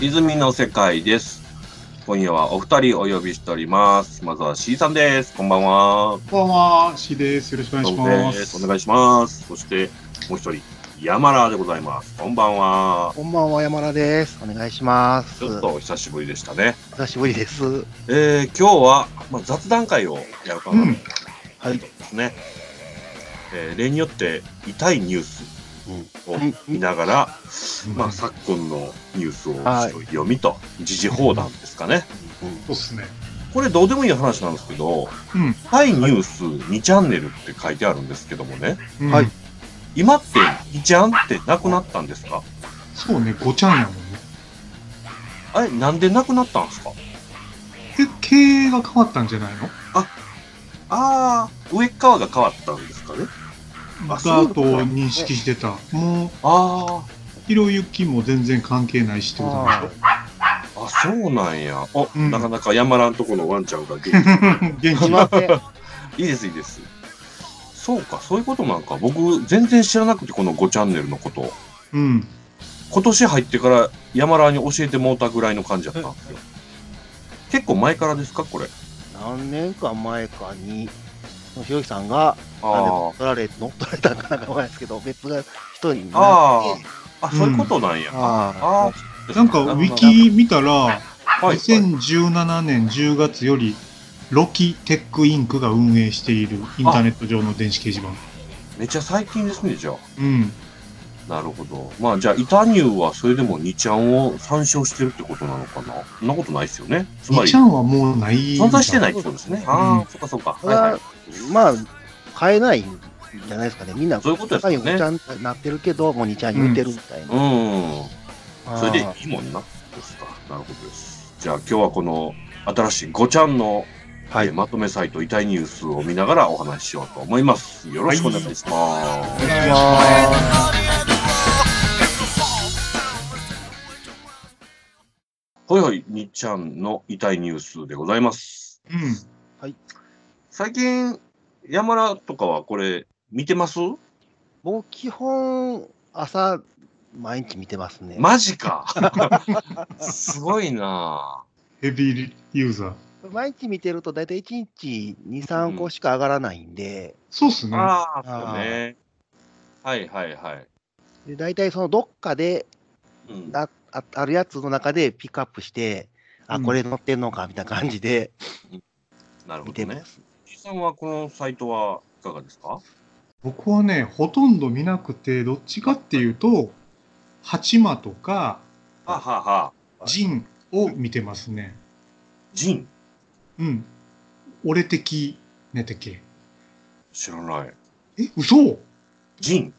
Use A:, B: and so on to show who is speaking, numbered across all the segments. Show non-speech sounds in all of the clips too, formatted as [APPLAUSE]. A: 泉の世界です。今夜はお二人お呼びしております。まずは C さんです。こんばんは。
B: こんばんは、しです。よろしくお願いします。
A: お願いします。そしてもう一人、山田でございます。こんばんは。
C: こんばんは、山田です。お願いします。
A: ちょっとお久しぶりでしたね。
C: 久しぶりです。
A: えー、今日は、まあ、雑談会をやるかなと思
C: はい
A: っ。てますね。えー例によって痛いニュースを見ながら、まあ、昨今のニュースを読みと、時事放談ですかね。
B: そうっすね。
A: これどうでもいい話なんですけど、
B: うん
A: タイニュース2チャンネルって書いてあるんですけどもね、
B: うん
C: はい。
A: 今って2チャンってなくなったんですか
B: そうね、ごちゃんやもんね。
A: あれ、なんでなくなったんですか
B: え、経営が変わったんじゃないの
A: ああ、上っ側が変わったんですかねあ
B: だ
A: そうだ
B: と認識してた。もう、
A: あ
B: ひろゆきも全然関係ないしってことなんでし
A: あ、あ、そうなんや。お、
B: うん
A: なかなか山らんとこのワンちゃんが元
B: [LAUGHS]
A: 気。
B: ょ元
C: すい
B: 気
C: ません。
A: いいです、いいです。そうか、そういうことなんか。僕、全然知らなくて、この5チャンネルのことを。
B: うん。
A: 今年入ってから山らんに教えてもうたぐらいの感じだったんですよ。結構前からですか、これ。
C: 何年か前かに、ひろゆきさんが、なんで
A: あ
C: 乗っ取られ、乗っ取られたんかなんかわかんないですけど、別の人に、ね。
A: ああ、あ、そういうことなんや。あ
C: あ
A: あ、
B: なんか、ウィキ見たら、
A: はい、
B: 2017年10月より、ロキテックインクが運営しているインターネット上の電子掲示板。
A: めっちゃ最近ですね、じゃあ。
B: うん。
A: なるほど。まあ、じゃあ、イタニューはそれでも2ちゃんを参照してるってことなのかな。そんなことないですよね。つま
B: ご
A: り、
B: ちゃ
A: 存
B: んはもうない。
A: 在してないってことですね。ああ、
B: うん
A: そっかそっか。
C: あ、
A: はいはい。
C: まあ、買えないんじゃないですかね。みんな、
A: そういうことですよね
C: ごちゃんってなってるけど、もう2ちゃん言うてるみたいな。
A: うん。
C: あー
A: それでいいもんな。ですか。なるほどです。じゃあ、今日はこの新しい5ちゃんの、
C: はい
A: えーまとめサイト、イタニュースを見ながらお話ししようと思います。よろしくお願いします。
B: お願いします。
A: はいはい、にっちゃんの痛いニュースでございます。
B: うん。
A: 最近、山田とかはこれ、見てます
C: 僕、基本、朝、毎日見てますね。
A: マジかすごいな
B: ヘビーユーザー。
C: 毎日見てると、大体1日2、3個しか上がらないんで、
B: そうっす
A: ぁ
B: ね。
A: ああ、そうね。はいはいはい。
C: で大体そのどっかで
A: うん、
C: あああるやつの中でピックアップして、あ、
B: うん
C: これ乗ってんのかみたいな感じで
A: なるほ
C: 見て
A: ど
C: ま
A: ね。
C: す。
A: じさんはこのサイトはいかがですか
B: 僕はね、ほとんど見なくて、どっちかっていうと、八間とか、
A: ははは。はい
B: ジンを見てますね。
A: ジン
B: うん。俺的、ねてけ。
A: 知らない。
B: え、嘘
A: ジン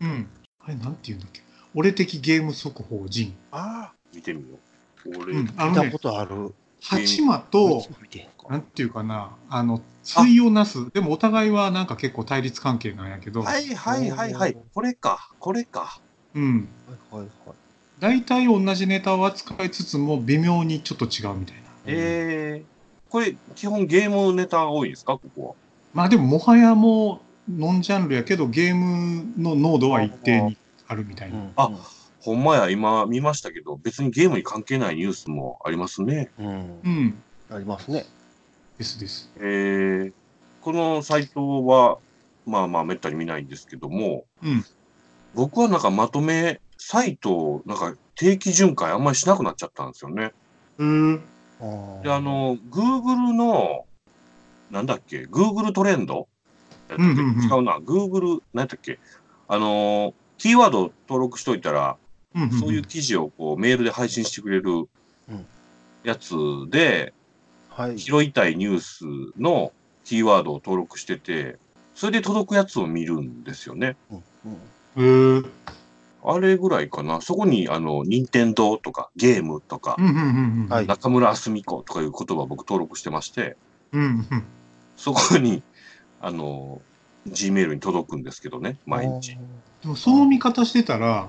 B: うん。あれ、なんて言うんだっけ。俺的ゲーム速報、ジン。
A: ああ。見てみよう。俺、
B: うん。あ
C: 見
B: の
C: た
B: ね
C: こ、とある。
B: 八間と、
C: 見て
B: なんていうかな、あの、対をなす。でもお互いはなんか結構対立関係なんやけど、
A: はいはいはいはい。これか。これか。
B: うん。
C: はいはいはい。
B: 大体同じネタを扱いつつも、微妙にちょっと違うみたいな。
A: ええこれ、基本ゲームネタが多いですかここ
B: まあでももはやもうノンジャンルやけどゲームの濃度は一定にあるみたいな。
A: あは。ほんまや、今見ましたけど、別にゲームに関係ないニュースもありますね。
C: うん、
B: うん、
C: ありますね。
B: ですです。
A: ええこのサイトは、まあまあ、めったに見ないんですけども、
B: うん
A: 僕はなんかまとめサイトを、なんか定期巡回あんまりしなくなっちゃったんですよね。
B: うん。
C: あー
A: で、あ、の、Google の、なんだっけ、Google トレンドやったっけ
B: うんうんうん
A: 違うな、Google、なんやったっけ、あのー、キーワード登録しといたら、
B: うん、
A: そういう記事をこうメールで配信してくれる
C: うん
A: やつで、
C: はい。
A: 拾いたいニュースのキーワードを登録してて、それで届くやつを見るんですよね。
C: うんう
B: う
C: ん
B: ん。へー
A: あれぐらいかな。そこに、あの、任天堂とかゲームとか
B: う、んうんうんうん。
C: はい
A: 中村あすみ子とかいう言葉を僕登録してまして、
B: うんうん。
A: そこに、あの、Gmail に届くんですけどね、毎日。。
B: でもその見方してたら、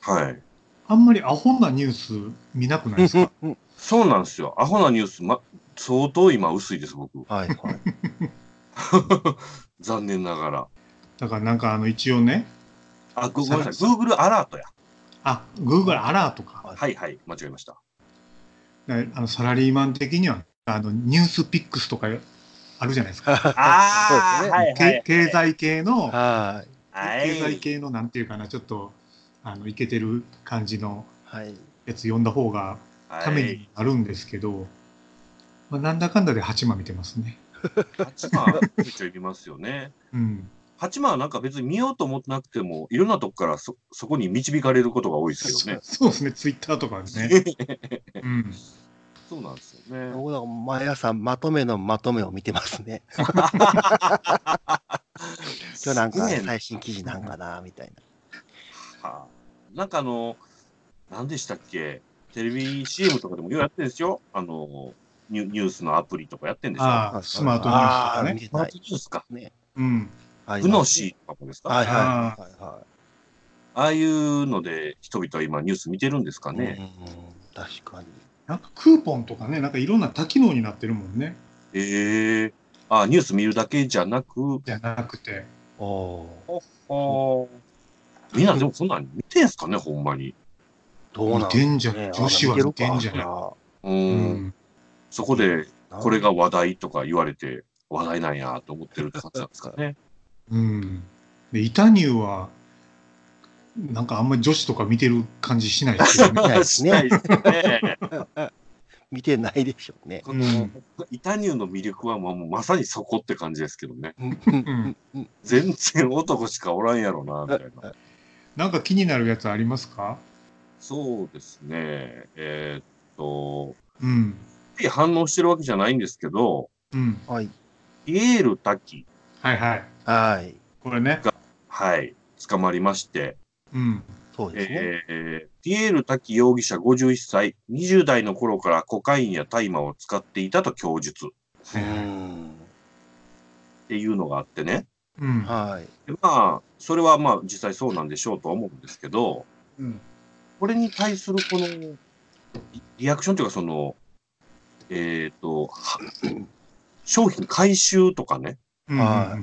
A: はい。
B: あんまりアホなニュース見なくないですか
C: うん
A: そうなんですよ。アホなニュース、ま、相当今薄いです、僕。 [LAUGHS]
C: はい [LAUGHS] はい。
A: 残念ながら。
B: だからなんかあの一応ね、
A: あ、ごめんなさい。Google アラートや。
B: あ、Google アラートか。
A: はいはい、間違えました。
B: だからあのサラリーマン的には、あの、ニュースピックスとかあるじゃないですか。
A: あ
C: そうで
A: ーはい
C: すね
A: はいは
B: け
A: い
B: 経済系の、
C: はい。
A: はい
B: 経済系のなんていうかな、ちょっと、あの、いけてる感じの
C: はい。
B: やつ読んだ方がためになるんですけど、まあ、なんだかんだで8万見てますね。
A: はい八幡ちょいちょい見ますよね。
B: うん。
A: 八幡はなんか別に見ようと思ってなくても、いろんなとこからそそこに導かれることが多いですけどね。
B: [LAUGHS] そうですね、ツイッターとかね。
A: [LAUGHS]
B: うん。
A: そうなんですよね。
C: 僕なんか毎朝まとめのまとめを見てますね。今日なんか
A: すげえ
C: 最新記事なんかな、みたいな。
A: はあなんかあの、何でしたっけ、テレビ CM とかでもようやってるんですよ。あの、ニュニュースのアプリとかやってるんでしょ。
B: ああ、スマートニュースとか
C: あー見
B: ね。
C: て
A: マ
C: な
A: ー
C: い
A: トニュースか。
B: うん。
C: はい
A: グノシーとかもですか、
C: はいは
B: あ
C: いはいは
A: ああいうので人々は今ニュース見てるんですか
C: い。
A: ね。
C: うんうんうん確かに。
B: なんかクーポンとかね、なんかいろんな多機能になってるもんね。
A: ええああニュース見るだけじゃなく、
B: じゃなくて。
C: おお。
A: みんなでもそんなん見てんすかね、ほんまに。
C: どうな
B: 見
C: ん
B: てんじゃん。
C: ね
B: 女子は見てんじゃない。
A: う。
B: うんん。
A: そこで、これ
C: が。
A: が話題とか言われて、話題なんやと思ってるって感じなんですかね。
B: うん。で、イタニューは、なんかあんまり女子とか見てる感じしないですよね。
C: [LAUGHS] ないです
A: [LAUGHS]
C: ね
A: しないですね。
C: [LAUGHS] 見てないでしょうね。
A: この、イタニューの魅力はまあもうまさにそこって感じですけどね。
B: ん
A: 全然男しかおらんやろな、みたいな。
B: なんか気になるやつありますか
A: そうですね。えーっと、
B: うん。
A: いい反応してるわけじゃないんですけど、
B: うん。
C: はい。
A: ピエール滝、
B: はいはい。
C: はい。
B: これね。
A: はい、捕まりまして、
B: うん。
C: そうですね。
A: えーピエール滝容疑者51歳、20代の頃からコカインや大麻を使っていたと供述っ
B: はいはい。
A: ていうのがあってね。
B: うん。
C: はい。
A: でまあ、それはまあ実際そうなんでしょうとは思うんですけど、
B: うん
A: これに対するこのリリアクションというか、その、えっ、と、は商品回収とかね、
B: うん
C: は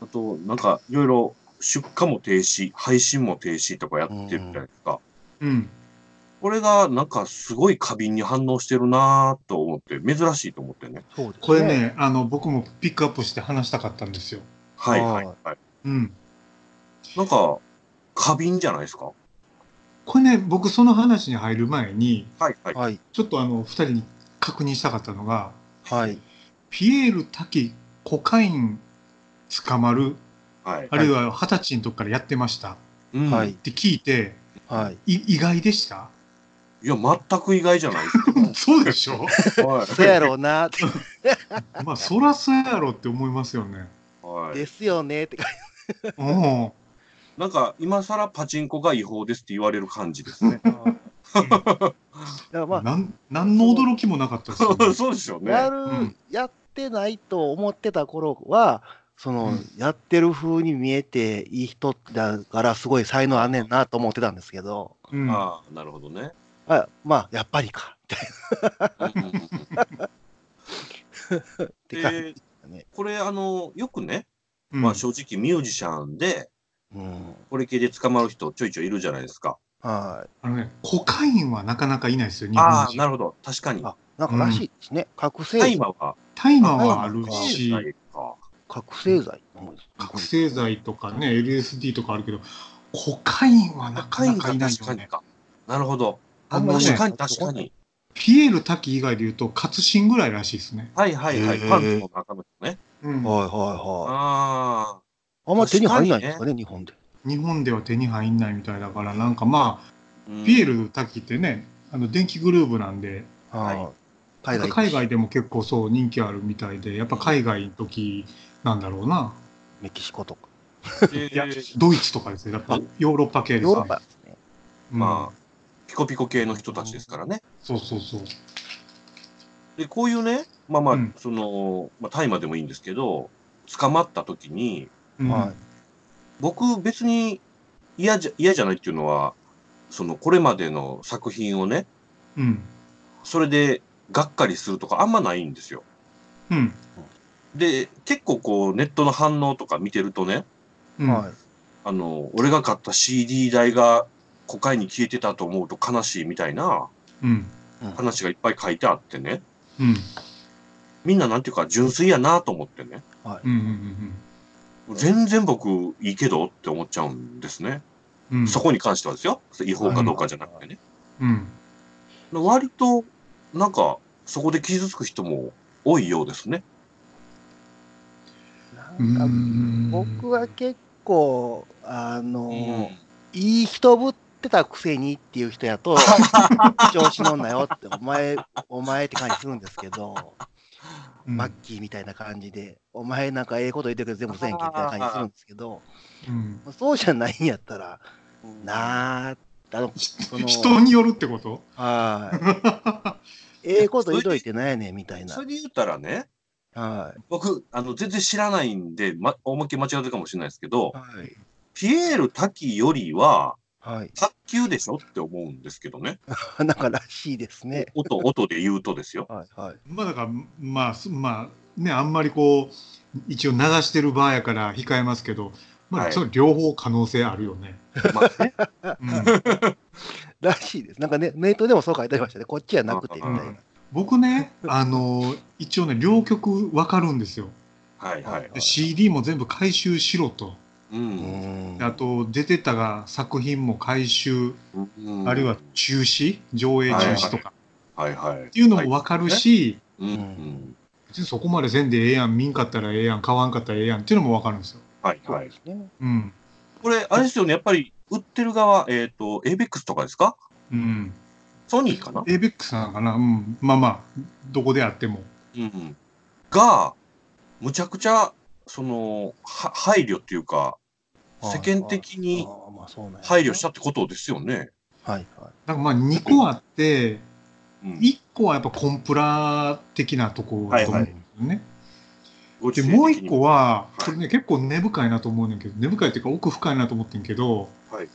A: あと、なんかいろいろ出荷も停止、配信も停止とかやってるじゃないですか。
B: うん。
A: これがなんかすごい過敏に反応してるなぁと思って、珍しいと思ってね。
C: そうですね。
B: これね、あの、僕もピックアップして話したかったんですよ。
A: はい
C: あー
A: はいはい。
B: うん。
A: なんか、過敏じゃないですか。
B: これね、僕その話に入る前に、
A: はいはい。
C: はい。
B: ちょっとあの、二人に確認したかったのが、
C: はい。
B: ピエール滝コカイン捕まる、
A: はい。
B: あるいは二十歳の時からやってましたっ
A: うん。
C: はいい。
B: て聞いて、
C: はい。
B: い意外でした
A: いや、全く意外じゃないで
B: そうでしょ
A: すか。はい。
C: そうやろうな、 [LAUGHS]
B: まあ、そらそうやろって思いますよね。
A: はい
C: [LAUGHS] ですよね、って感
B: うん。
A: なんか、今さらパチンコが違法ですって言われる感じですね。。
C: じ。 [LAUGHS] だからまあ、
B: なん、なんの驚きもなかったですよね
A: [LAUGHS] そうですよね。
C: や
A: は
C: る、
B: うん
C: やってないと思ってた頃は、その、
B: うん
C: やってる風に見えていい人だからすごい才能あんねんなと思ってたんですけど、
B: うん。
A: ああ、なるほどね。
C: あまあ、やっぱりか、みたい
A: うんうんうん
C: て感じ
A: で
C: だね
A: これ、あの、よくね、
B: うん
A: まあ正直ミュージシャンで、
C: な。うん。
A: これ系で捕まる人ちょいちょいいるじゃないですか。
C: はい。
B: あのね、コカインはなかなかいないですよ、日
A: あ
B: 本
A: あ、
B: 人。
A: なるほど。確かに。
C: あ、なんからしいですね。覚醒
A: 大
C: 剤。
A: 麻は
B: 大麻はある
C: あ
B: し、
A: ないか。
C: 覚醒剤。
B: 覚醒剤とかね、LSD とかあるけど、コカインはなかなかいない
A: 確か
B: よ
A: に
B: ね。
A: か。なるほど。
B: あの
A: 確
B: ね、
A: かに確かに。
B: ピエール滝以外で言うと、カツシンぐらいらしいですね。
A: はいはいはい。
C: へー
A: パンツの中の人ね。
B: うん
C: はいはいは
A: あ
C: い。あんま手に入んないんですかね、日本で。
B: 日本では手に入んないみたいだから、なんかまあ、
A: あ。うん
B: ピエール滝ってね、あの電気グルーブなんで、
A: はい
C: はい。
B: 海
C: 海外
B: 外
C: で。
B: でも結構そう人気あるみたいで、やっぱ海外の時なんだろうな。
C: メキシコとか。
A: で
B: いや、ドイツとかですね、やっぱヨーロッパ系です
C: ヨ
B: ね
C: ーロ。ッパですね。
B: うん
A: まあ、ピコピコ系の人たちですからね。
B: そうそうそう。
A: で、こういうね、まあまあ
B: うん、
A: その、まあ大麻でもいいんですけど、捕まった時に、
B: うん
C: はい。
A: 僕別に嫌じゃ、嫌じゃないっていうのは、その、これまでの作品をね、
B: うん。
A: それでがっかりするとかあんまないんですよ。
B: うん。
A: で、結構こう、ネットの反応とか見てるとね、
B: うん
C: はい。
A: あの、俺が買った CD 代がコカイに消えてたと思うと悲しいみたいな
B: うん。
A: 話がいっぱい書いてあってね、
B: うん。
A: みんななんていうか純粋やなと思ってね、
B: うん。うん。
A: 全然僕いいけどって思っちゃうんですね。
B: うん。うん
A: そ。こに関してはですよ。違法かどうかじゃなくてね。
B: うん。
A: 割と、なんか、そこで傷つく人も多いようですね。
B: うん
C: なんか僕は結構、あの、
A: うん
C: いい人ぶってたくせにっていう人
A: [LAUGHS]
C: やと、調子乗んなよって、お前、お前って感じするんですけど、
B: うん
C: マッキーみたいな感じで、お前なんかええこと言ってるけど全部せんけみたいな感じするんですけど、
B: うん
C: そうじゃないんやったら、なーあの、その
B: 人によるってこと [LAUGHS]
C: はい。ええこと言うといてないねんみたいな
A: そ。れで言ったらね、
C: はい。
A: 僕、あの、全然知らないんで、ま、思いっきり間違ってるかもしれないですけど、
C: はい。
A: ピエール滝よりは、
C: はい。
A: 卓球でしょって思うんですけどね。
C: なんからしいですね。
A: 音、 [LAUGHS] 音で言うとですよ。
C: はい。はい。
B: まあだからまあすまあねあんまりこう一応流してる場やから控えますけどまあ、
A: はい
B: それ両方可能性あるよね。
A: まあね、
B: うん
C: らしいです。なんかね、ネットでもそう書いてありましたね。こっちじゃなくてみたいな。
B: うん僕ねあの一応ね両曲わかるんですよ。
A: はいはい。
C: はい
B: CD も全部回収しろと。
A: う。
C: うんん
B: あと出てたが作品も回収、
A: うん
B: あるいは中止上映中止とか
A: はいはい。っ
B: っていうのもわかるし、
A: うん
C: う
A: うん
C: ん。
B: 別にそこまでせんでええやん見んかったらええやん買わんかったらええやんっていうのもわかるんですよ。
A: はい
C: そう
A: はい
C: で。すね。
B: うん
A: これ、あれですよね、やっぱり売ってる側、えっ、と、エイベックスとかですか
B: うん
A: ソニーかな、
B: エイベックスなのかな、うん、まあまあ、どこであっても。
A: うん、が、むちゃくちゃ、その、は配慮っていうか、世間的に
C: ああまあそうなんや
A: 配慮したってことですよね。
C: はいは
B: なんかまあ、2個あって、
A: うん、
B: 1個はやっぱコンプラ的なとこだと思うんですよね。
A: ご時
B: で、
A: 世
B: もう
A: 的
B: 1
A: に
B: 個は、
A: い
B: これね、結構根深いなと思うねんけど、根深いっていうか奥深いなと思ってんけど、
A: はい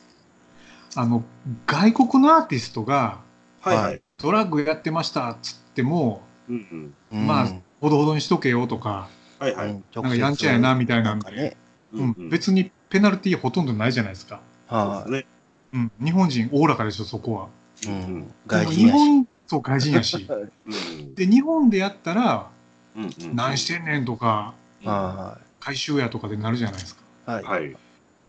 B: あの、外国のアーティストが、
A: はいはい。
B: ドラッグやってましたっつっても、
A: うんうん。
C: い。
B: まあ
C: うん
B: ほどほどにしとけよとか、
A: はいはい。
C: うん
B: なんかやんちゃやなみたいなん
C: かね
B: で、。うん、別にペナルティーほとんどないじゃないですか。
A: そ
C: は
A: うですね。
B: うん、日本人おおらかでしょ、そこは。
C: い。
A: う
C: うん
A: うんん。
C: 外
B: でも日
C: 人やし。
B: 本、そう、外人や
C: [LAUGHS]
B: し。
A: うん
B: で、日本でやったら、
A: うんうんうん
B: 何してんねんとか、
A: は
C: は
B: 回収やとかでなるじゃないですか。
C: い。はい。
A: い。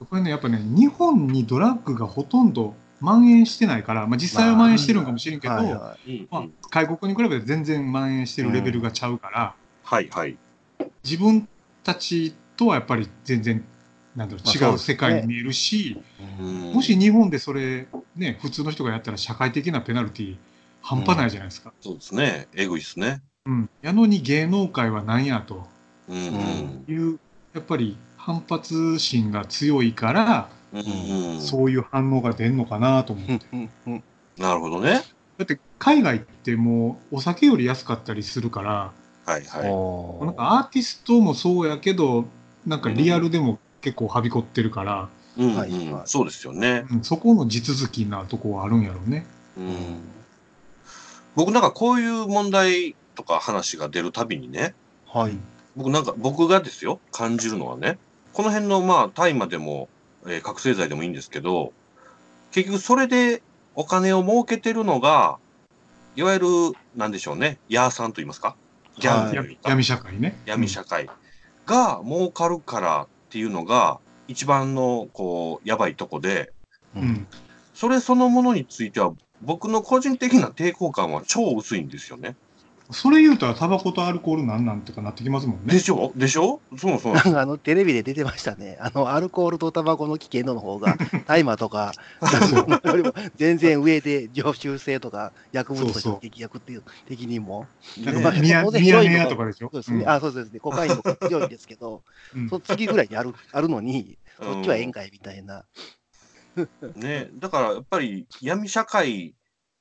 B: これね、やっぱね、日本にドラッグがほとんど蔓延してないから、まあ、実際は蔓延してるんかもしれんけど、
C: は
B: まあ
C: いはい
A: うんうん
B: 外国に比べて全然蔓延してるレベルがちゃうから、
A: はいはい。
B: 自分たちとはやっぱり全然、なんだろう、
C: まあ
B: 違
C: そう
B: う
C: ですね
B: 世界に見えるし、
C: うん
B: もし、日本でそれ、ね、普通の人がやったら社会的なペナルティー半端ないじゃないですか。
A: そうですね。えぐいですね。
B: うん、やのに芸能界はなんやと。
A: うんうん
B: いうやっぱり反発心が強いから、
A: うんうん。
B: そういう反応が出るのかなと思って、
C: うんうん
A: なるほどね。
B: だって海外ってもうお酒より安かったりするから、
A: はいはい。
C: おー
B: なんかアーティストもそうやけどなんかリアルでも結構はびこってるから、
A: うん
C: はい
A: うん
C: は。い
A: そうですよね。
B: うんそこの地続きなとこはあるんやろうね。
A: うん。僕なんかこういう問題とか話が出るたびにね、
C: はい。
A: 僕なんか僕がですよ、感じるのはね、この辺のまあ大麻でも、えー覚醒剤でもいいんですけど、結局それでお金を儲けてるのが、いわゆる、なんでしょうね、ヤーさんと言いますか、ギャング
C: はい
A: と
B: や
A: いうか、
B: 闇社会ね。
A: 闇社会が儲かるからっていうのが、一番のこう、やばいとこで、
B: う
C: う
B: ん、う。ん
A: それそのものについては、僕の個人的な抵抗感は超薄いんですよね。
B: それ言うたらタバコとアルコールなんなんとかなってきますもん
A: で
B: ね。
A: しょでしょそうそう
C: [LAUGHS] なん。かあのテレビで出てましたね、あのアルコールとタバコの危険度の
B: [LAUGHS]
C: 方が、大麻とか、 [LAUGHS] よりも全然上で常習性とか、薬物とし
B: そ
C: て
B: うそう
C: の劇薬っていう的にも、
B: なん
A: ね
B: かミヤ
C: そこで
B: ミヤ
C: 広い
B: ネ屋
C: と
B: と
C: こ
B: かでしょ。
C: そうですね、あそうですね、コカインとか強いんですけど、
B: うんうん
C: その次ぐらいにあ
A: [LAUGHS]
C: るあるのに、
A: うん
C: そっちは宴会みたいな、
A: ね、だからやっぱり闇社会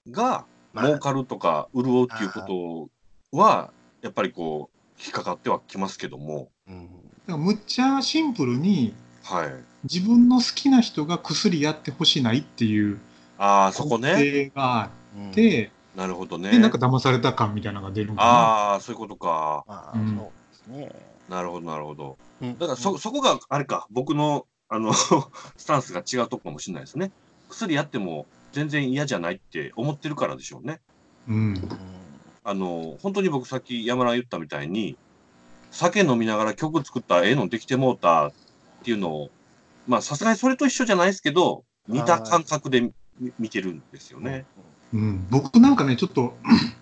A: が
C: まあ
A: 儲かるとか潤うっていうことは、やっぱりこう、引っかかってはきますけども、
C: うん
B: だからむっちゃシンプルに
A: はい。
B: 自分の好きな人が薬やってほしないっていう
A: ああ、そこ
B: 根
A: ね。
B: 底があ
C: うん
B: って、
A: なるほど
B: で
A: ね
B: な。んか騙された感みたいなのが出るのか
A: ああ、そういうことか。
C: まあ、
B: うん
C: そうですね。
A: なるほど、なるほど。
C: うん
A: [LAUGHS] だからそ、そこがあれか、僕の、あの、スタンスが違うとこかもしれないですね。薬やっても全然嫌じゃないって思ってるからでしょうね。
B: うん。
A: あの、本当に僕さっき山田言ったみたいに、酒飲みながら曲作ったらええのできてもうたっていうのを、まあさすがにそれと一緒じゃないですけど、似た感覚でみ見てるんですよね。
B: うん、僕なんかね、ちょっと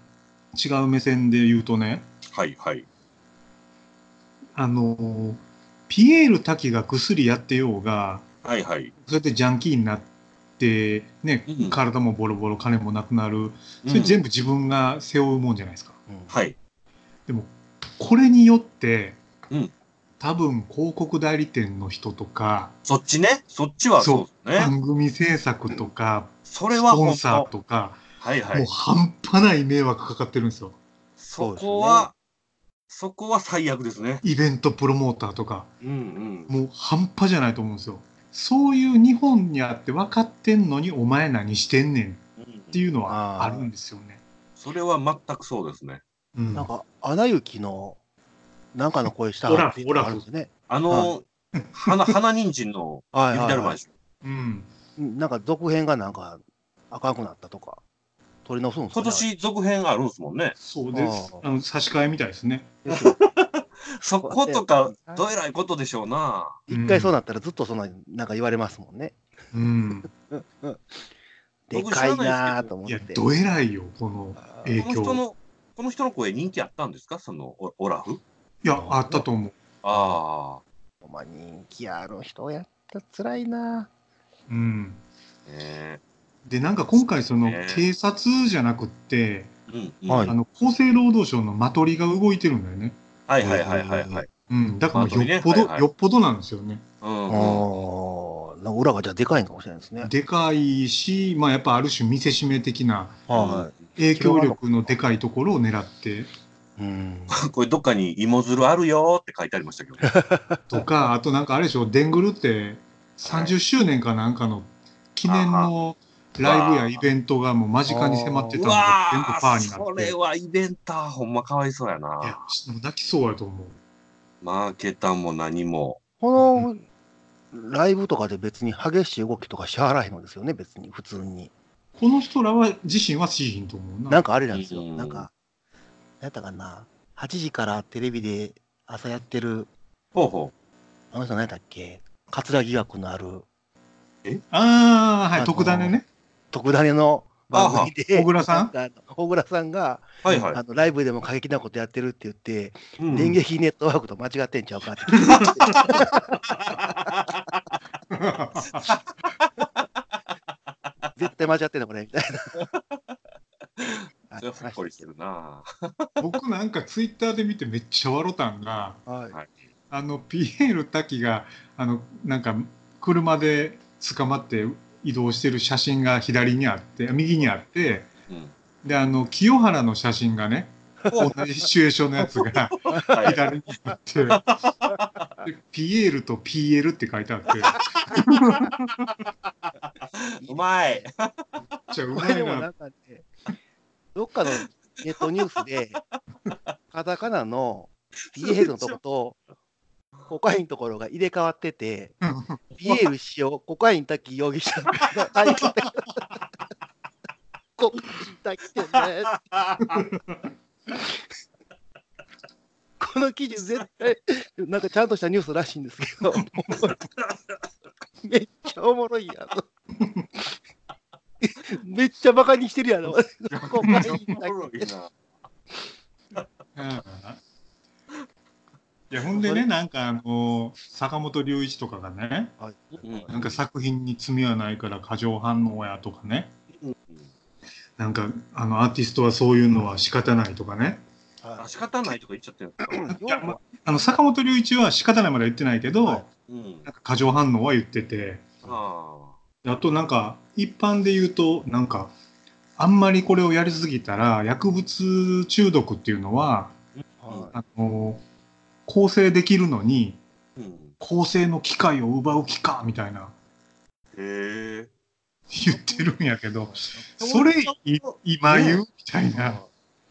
B: [CLEARS THROAT] 違う目線で言うとね、
A: はいはい。
B: あのーピエール滝が薬やってようが、
A: はいはい。
B: そうやってジャンキーになって、ね、
A: うん
B: 体もボロボロ、金もなくなる、それ全
A: 部、
B: 部自分が背負うもんじゃないですか。
A: はい。
B: これによって、
A: うん
B: 多分広告代理店の人とか、
A: そっちね。そっちはそうですね。
B: 番組制作とか、
A: それ
B: ス
A: は
B: ポ
A: 本
B: ンサー
A: 当。
B: とか、
A: はいは
B: もう
A: い。
B: 半端ない迷惑かかってるんですよ。
A: そこは、そこは最悪ですね。
B: イベントプロモーターとか。
A: うんうん。
B: もう半端じゃないと思うんですよ。そういう日本にあって分かってんのにお前何してんねんっていうのはあるんですよね。
A: それは全くそうですね。
B: うん
C: なんか、アナ雪の、なんかの声したはっていうのがあるんですね。
A: あの、花、花人参の
C: はい
A: 雪
C: は
A: だ
C: い
A: るま
C: は
A: で
C: い
A: しょ。
B: うん、
C: うんなんか続編がなんか赤くなったとか、取り直すんですか
A: 今
C: ね
A: 年続編あるんですもんね。
B: そうです
C: あ。
B: あの差し替えみたいですね。
C: ですよ
A: そことか、どえらいことでしょうな。
C: 一回そうなったらずっとそんな、なんか言われますもんね。
B: うん、
C: で
A: 僕知
C: からい
A: な
C: ない
A: ですけど
C: ーと思っ
B: いや
C: て。
B: どえらいよこの。
C: あ
B: え
C: ー
B: 影
A: この
B: 響
A: 人の、この人の声人気あったんですかそのオ、オラフ
B: いやあったと思う。
A: あ
C: ほんま人気ある人やったら辛いな
B: うん、
A: あ。ね
B: でなんか今回その
A: ね
B: 警察じゃなくって、
A: えうん、うん。は
C: はいい
B: あの厚生労働省のマトリが動いてるんだよね。
A: はいはいはいはい。
B: うん、だから
A: マトリね
B: よっぽど、
A: はいはい
B: よっぽどなんですよね。
A: うん
C: ー。
A: うん。
C: ああ、なんか裏がじゃあでかいんかもしれないですね。
B: でかいし、まあ、やっぱある種見せしめ的な
A: は
B: 影響力のでかいところを狙って
C: い。うん。
A: これどっかに芋づるあるよーって書いてありま
B: [LAUGHS]
A: したけど。
B: とか、あとなんかあれでしょ、デングルって30周年かなんかの記念のライブやイベントがもう間近に迫ってた
A: う
B: のが全部
A: わ
B: パ
A: あ、
B: ーにな
A: そ
B: って
A: れ。はイベンター、ほんまかわいそうや
B: いや
A: な。
B: 泣きそうやと思う。
A: マーケターも何も。
C: このライブとかで別に激しい動きとか支払えんのですよね、別に、普通に。
B: この人らは自身はしーひんと思う
C: な
B: な。
C: んかあれなんですよ。
A: うん
C: なんか、なんやったかな。8時からテレビで朝やってる、
A: ほうほ
C: あの人何やったっけ桂疑惑のある、
B: ああ、は
C: あ
B: い、
C: の
B: 特ダネね。
C: 特ダネの番組で、
B: あは小倉さん
C: なんか小倉さんが、
A: う。はいはい
C: あ。のライブでも過激なことやってるって言って、
A: うん
C: 電撃ネットワークと間違ってんちゃうかって。絶対間違ってんのこれ、みたいな。
A: [LAUGHS] それはほっこりするな。
B: [LAUGHS] 僕なんかツイッターで見てめっちゃ笑たんが、
C: はい。
A: はい
B: あのピエール滝があのなんか車で捕まって移動してる写真が左にあって右にあって
A: うん。
B: であの清原の写真がね
A: お
B: 同じシチュエーションのやつが [LAUGHS]
A: はい
B: 左にあってでピエールと PL って書いてあってめっ
A: うま
C: [LAUGHS]
A: い。
B: ちゃう
C: こ
B: ま
C: れ
B: い
C: でもな
B: なん
C: かね、どっかのネットニュースで、カタカナのピエールのとこと、コカインのところが入れ替わってて、ピエール使用、コカイン滝容疑者の逮捕でコカイン滝ってね。この記事絶対、なんかちゃんとしたニュースらしいんですけど、めっちゃおもろいやろ。めっちゃバカにしてるやろ。コカイン滝
A: おもろいな。
B: うんいやほんでねなんかあの坂本龍一とかがね
C: はい
A: うん
B: なんか作品に罪はないから過剰反応やとかねなんかあのアーティストはそういうのは仕方ないとかね、
A: あ仕方ないとか言っちゃってるんですか。
B: いやまあの坂本龍一は仕方ないまでは言ってないけど、
C: は
A: う
C: い
A: ん
B: なん。か過剰反応は言ってて、
A: あ
B: あとなんか一般で言うと、なんかあんまりこれをやりすぎたら、薬物中毒っていうのは、
C: は
B: あの構成できるのに、
A: あ。うん。
B: 構成の機会を奪う気かみたいな
A: へえ。
B: 言ってるんやけど、それい今言うみたい
C: い
B: な。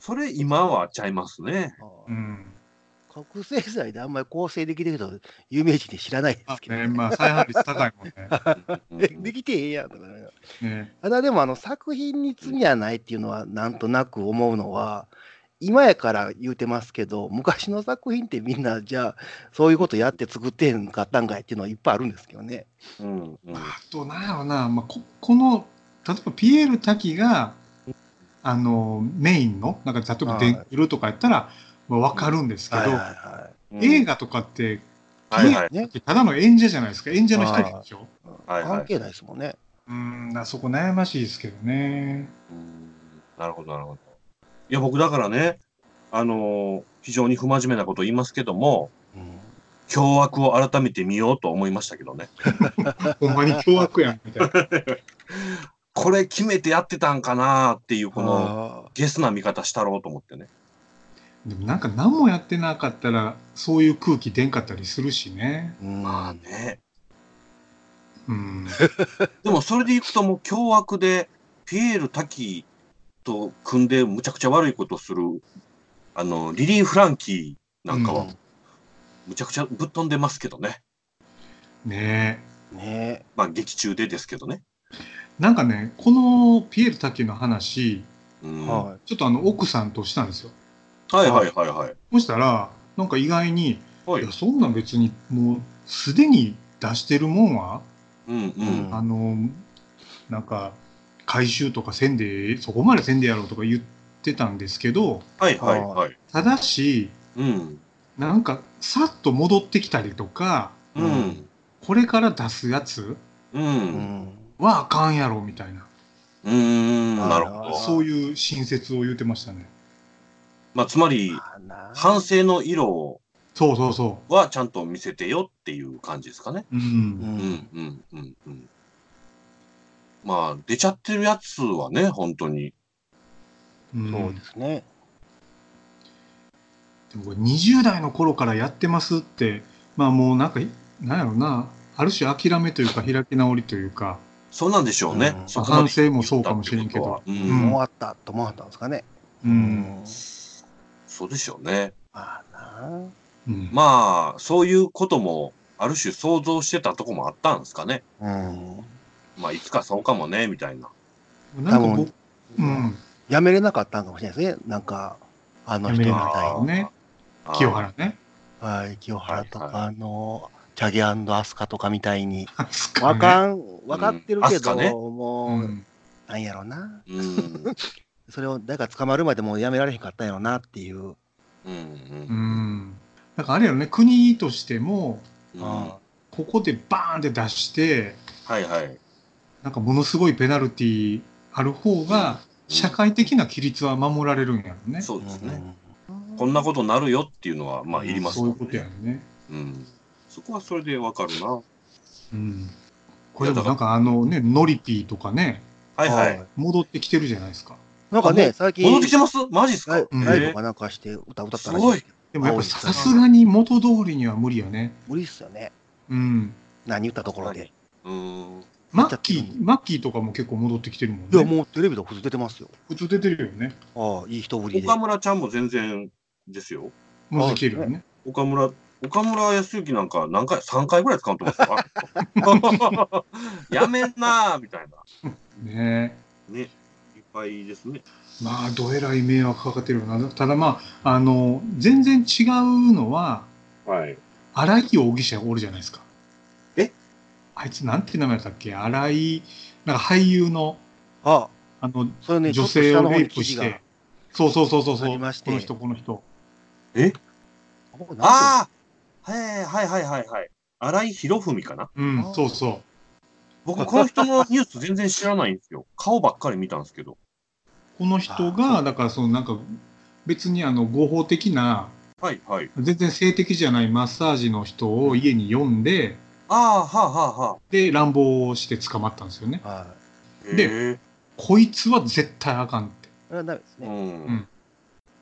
A: それ今はちゃいますね。
B: うん
C: か覚醒剤であんまり構成できてる人、有名人で知らないで
B: あ
C: すけど、
B: ね、まあ、再犯率高いもんね。
A: うん
C: でできてええやんとかね、
B: ね
C: ただでもあの作品に罪はないっていうのはなんとなく思うのは今やから言うてますけど昔の作品ってみんなじゃあそういうことやって作ってへんかったんかいっていうのはいっぱいあるんですけどね。
A: うんうん
B: あと、なんやろな、まあ、ここの、例えばピエール滝が、あの、メインの、なんか、例えば、デングルとかやったら、まあ、わかるんですけど、
C: はいはいは
A: うん
B: 映画とかって、
A: はいはい
C: い。ね、
B: ただの演者じゃないですか、演者の一人でしょ。
A: はいはい
C: 関係ないですもんね。
B: うん、あそこ悩ましいですけどね。
A: うんなるほど、なるほど。いや、僕だからね、あのー非常に不真面目なこと言いますけども、
C: うん
A: 凶悪を改めて見ようと思いましたけどね。
B: ほんまに凶悪やん、みたいな。
A: これ決めてやってたんかなっていう、この、
C: あ
A: ゲスな見方したろうと思ってね。
B: でも、なんか、何もやってなかったら、そういう空気出んかったりするしね。
C: ーうん
A: まあね。
B: うん。
A: でもそれでいくともう凶悪で、ピエール滝と組んでむちゃくちゃ悪いことする、あの、リリー・フランキーなんかは、むちゃくちゃぶっ飛んでますけどね。
B: ねえ。
C: ね
A: まあ、劇中でですけどね。
B: なんかね、このピエール滝の話、
A: うん。は
C: は
B: ちょっとあの奥さんとしたんですよ。
A: いはいはいはい。
B: そしたら、なんか意外に、
A: はい
B: いや、そんなん別にもうすでに出してるもんは、
A: うんうん。
C: うん
B: あの、なんか回収とかせんで、そこまでせんでやろうとか言ってたんですけど、
A: はいはいはい。
B: ただし、
A: うん。
B: なんかさっと戻ってきたりとか、
A: うん。
B: これから出すやつ
A: う。
C: い。うんん。
B: はあかんやろみたいな、
A: うーん。
C: あー
A: なるほど。
B: そういう親切を言ってましたね。
A: まあ、つまり、
C: まあな
A: 反省の色
B: そうそうそ
A: はちゃんと見せてよっていう感じですかね。
B: う。うん
C: う
A: うんんうんうんうん。まあ、出ちゃってるやつはね、本当に。
B: うん
C: そうですね。
B: でもこれ20代の頃からやってますってまあもうなんかなんやろなある種諦めというか開き直りというか
A: そうなんでしょうね。
C: うん
A: そこまで
B: 反省もそうかもしれんけど
A: 言ったってことはうん。
C: 終わったと思ったんですかね。
B: う、。
C: うん
A: そうでしょうね。
C: まあな。
B: うん
A: まあ、そういうことも、ある種想像してたとこもあったんですかね。
C: うん。
A: まあ、いつかそうかもね、みたいな。
B: なんか
C: 多
B: 僕
C: 分
B: うん
C: やめれなかったんかもしれないですね。なんか、あの人み
B: やめれ
C: たい
B: なかった
C: な。
B: ね
A: あー
B: 清。原ね [LAUGHS]
C: はい、清原と
A: はいは
C: か、あの、チャゲアスカとかみたいに。
B: すか
C: わ
B: ね
C: かん、わかってるけ
A: 飛
C: ど、
A: 鳥ね
B: う
C: もう、
B: ん
C: なんやろな。
A: うん。
C: それを、誰か捕まるまでもうやめられへんかったんやろなっていう。
A: うん
B: う
A: うん
B: んなんかあれやろね国としても
A: うん。
C: あ
B: ここでバーンって出して
A: はいはい。
B: なんかものすごいペナルティーある方が社会的な規律は守られるんやろね、
A: そうですね。
C: うん
A: こんなことなるよっていうのは、まあ、いります
B: そう
A: も
B: い
A: ん
B: うことや
A: ね。
B: ろね
A: うん。そこはそれでわかるな。
B: うんこれでもなんかあのね、ノリピーとかね、
A: はいはい。
B: 戻ってきてるじゃないですか。
C: なんかね、最近、
A: 戻ってきてますマジっすか
C: ライ
B: うん
C: ライブ
A: え
C: かなんかして歌歌った
A: す
C: らしい
A: ご
C: で
A: い
C: すけど。
B: でもやっぱ
C: あ
B: り
C: そうです
B: さすがに元通りには無理よね。
C: 無理っすよね。
B: うん。
C: 何言ったところで。
A: うーん。
B: マッキー、マッキーとかも結構戻ってきてるもん
C: い
B: ね。
C: や、もうテレビで普通出てますよ。
B: 普通出てるよね。
C: ああ、いい人ぶりで
A: 岡。村ちゃんも全然ですよ。
B: 戻ってきてるよね。
A: 岡村、岡村康之なんか何回、3回ぐらい使うと思ますやめんなーみたいな。
B: ね
A: ね。いっぱいですね。
B: え。まあ、どえらい迷惑かかってるよな。ただまあ、あの、全然違うのは、
A: はい。
B: 荒井容疑者おるじゃないですか。
A: え
B: あいつなんて名前だったっけ荒井、なんか俳優の、
C: ああ、
B: あの、
C: それね、
B: 女性をレイプ
C: ちょっと下の方に記事
B: し
C: が
B: て。そうそうそうそうそう。
C: ありまして
B: この人、この人。
A: あ
C: あ
A: あはいはいはいはいはい。荒井博文かな
B: うん
C: あ、ー
B: そうそ
A: 僕、この人のニュース全然知らないんですよ。顔ばっかり見たんですけど。
B: う。この人
C: あーそ
B: が、だからそのなんか、別にあの合法的な、
A: はいはい。
B: 全然性的じゃないマッサージの人を家に呼んで、
A: ああ、はあはあはあ。
B: で、乱暴して捕まったんですよね。
C: は
B: で
A: へ
B: こいつは絶対あかんって。
C: い。それはダメです
A: え、う
C: ね。
A: ん、
B: うん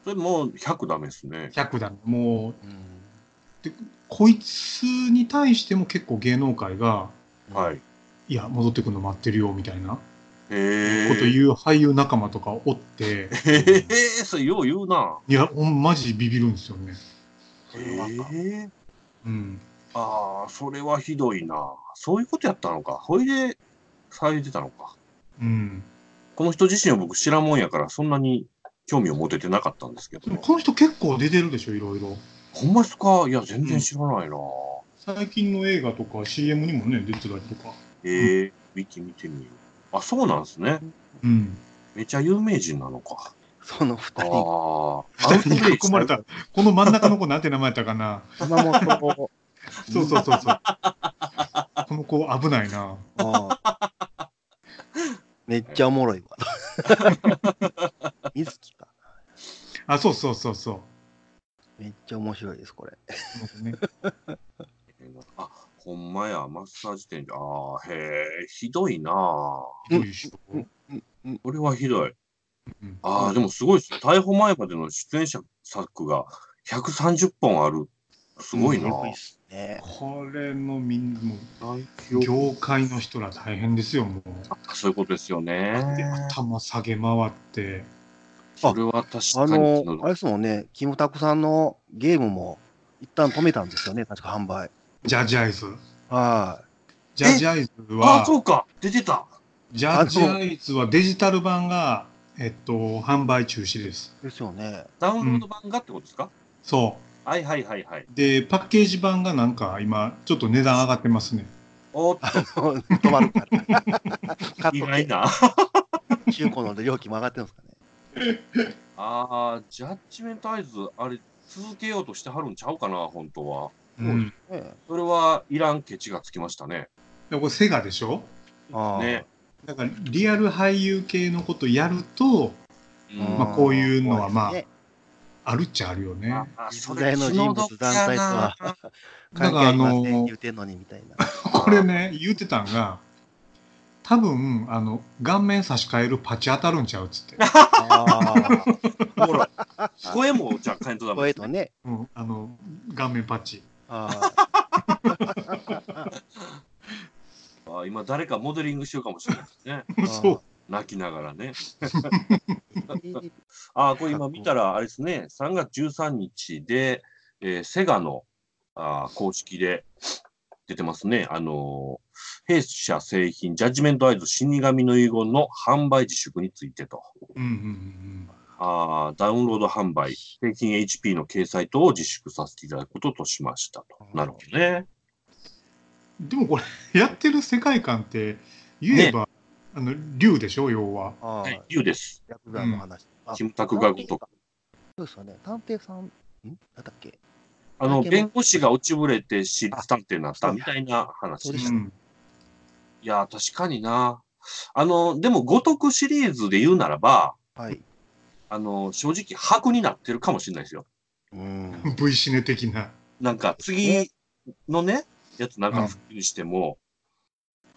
A: それもう100ダメですね。
B: 100だ。もう、
C: うん
B: こいつに対しても結構芸能界が、
A: はい。へ
B: いや、戻ってくるの待ってるよ、みたいなこ
A: え。
B: と言う俳優仲間とかおって、
C: [LAUGHS]
A: へえ、それよう言うな。
B: いや、ほんまじビビるんですよね。
C: へというわか。
A: えー
B: うん。
A: ああ、それはひどいな。そういうことやったのか。ほいで、騒いでたのか。
B: うん。
A: この人自身は僕知らんもんやから、そんなに興味を持ててなかったんですけ
B: で
A: ど
B: も。この人結構出てるでしょ、いろいろ。
A: ほんまですかいや、全然知らないな。
B: 最近の映画とか CM にもね、出てたりとか。
A: ええー、ウィキ見てみよう。あ、そうなんですね。
B: うん。
A: めちゃ有名人なのか。
C: その二
A: ああ
C: 人、
A: アウト
B: 二人
A: レ
B: に
A: イ
B: 囲まれた。この真ん中の子なんて名前やったかな。
C: 熊本を
B: [LAUGHS] そうそうそ
A: [LAUGHS]
B: うそう。この子危ないな。
C: うんめっちゃおもろいわ。水木か。
B: あ、そうそうそうそう。
C: めっちゃ面白いです、これ。
B: この子ね
A: あ、ほんまや、マッサージ店長。ああ、へえ、ひどいな。こ
B: どういう人
C: うん
A: れはひどい。
B: うん
A: ああ、でもすごいですね。逮捕前までの出演者作が130本ある。すごいな。
C: すごいっすね。
B: これのみんも
A: 大記
B: う
A: 憶
B: 業界の人ら大変ですよ、もう。
A: そういうことですよね。
B: 頭下げ回って。
A: それは確かに
C: あ
A: 気
C: の
A: の、
C: あれですもんね、キムタクさんのゲームも一旦止めたんですよね、確か販売。
B: ジャジャイズ。
C: は
B: ジャジャイズ
A: ああ、
B: は、
A: そうか。出てた。
B: ジャジャイズはデジタル版が、えっと、販売中止です。
C: い。ですよね。
A: ダウンロード版がってことですか、
B: そ
A: はいはいはいはい。
B: う。で、パッケージ版がなんか今、ちょっと値段上がってますね。
A: おっ
C: 止まるから。
B: [LAUGHS]
C: カ
A: 意外
C: ッ
A: な。
C: ト中古の料金も上がってるんですかね。
A: ああ、ジャッジメントアイズ、あれ、続けようとしてはるんちゃうかな、本当は。
B: うん。
C: ね
A: それはいらんケチがつきましたね。
B: でこれセガでしょ
C: ああ
A: ね。
B: だからリアル俳優系のことやると
A: うん
B: まあこういうのはまあ
C: そうですね
B: あるっちゃあるよね。
A: ああ
C: 実在の人物団体と
B: だ
C: は関
B: か
C: 係
B: ら
C: あ
B: あ
C: りません
B: の
C: 言うてんのにみたいな。
B: これね言ってたんが多分あの顔面差し替えるパチ当たるんちゃうっつっ
C: [LAUGHS]
B: て、
C: ああ、
A: ほら、声も若干とダメ
C: 声
A: です
C: と
A: ね。
C: ね。
B: うん、あの顔面パチ。
C: あ
A: あー今、誰かモデリングしようかもしれないですね。 [LAUGHS]
B: [LAUGHS]
C: あ
B: そう。
A: 泣きながらね。
C: いい
A: ああ、これ今見たら、あれですね、3月13日で、えーセガのあー公式で出てますね。あのー弊社製品、ジャッジメントアイズ死神の遺言の販売自粛についてと。
B: うんうんうん
A: あーダウンロード販売、平均 HP の掲載等を自粛させていただくこととしましたと。なるほどね。
B: うん。でもこれやってる世界観って言えば、あの竜でしょ要は。
C: あ
A: は
C: あ、
A: い、リュウです。
C: ヤクザの話。あ
A: キムタクがごとく。
C: そうですよね。探偵さん、んなんだっけ
A: あの、
C: だけど
A: 弁護士が落ちぶれて私立探偵になったみたいな話
C: そう
A: で
C: で
A: し
C: したた
B: う
A: ね
B: ん、
A: いやー、確かにな。あの、でも、五徳シリーズで言うならば、
C: はい。
A: あの、正直、白になってるかもしれないですよ。
C: うん
B: V シネ的な。
A: なんか、次のね、やつなんか作るにしても、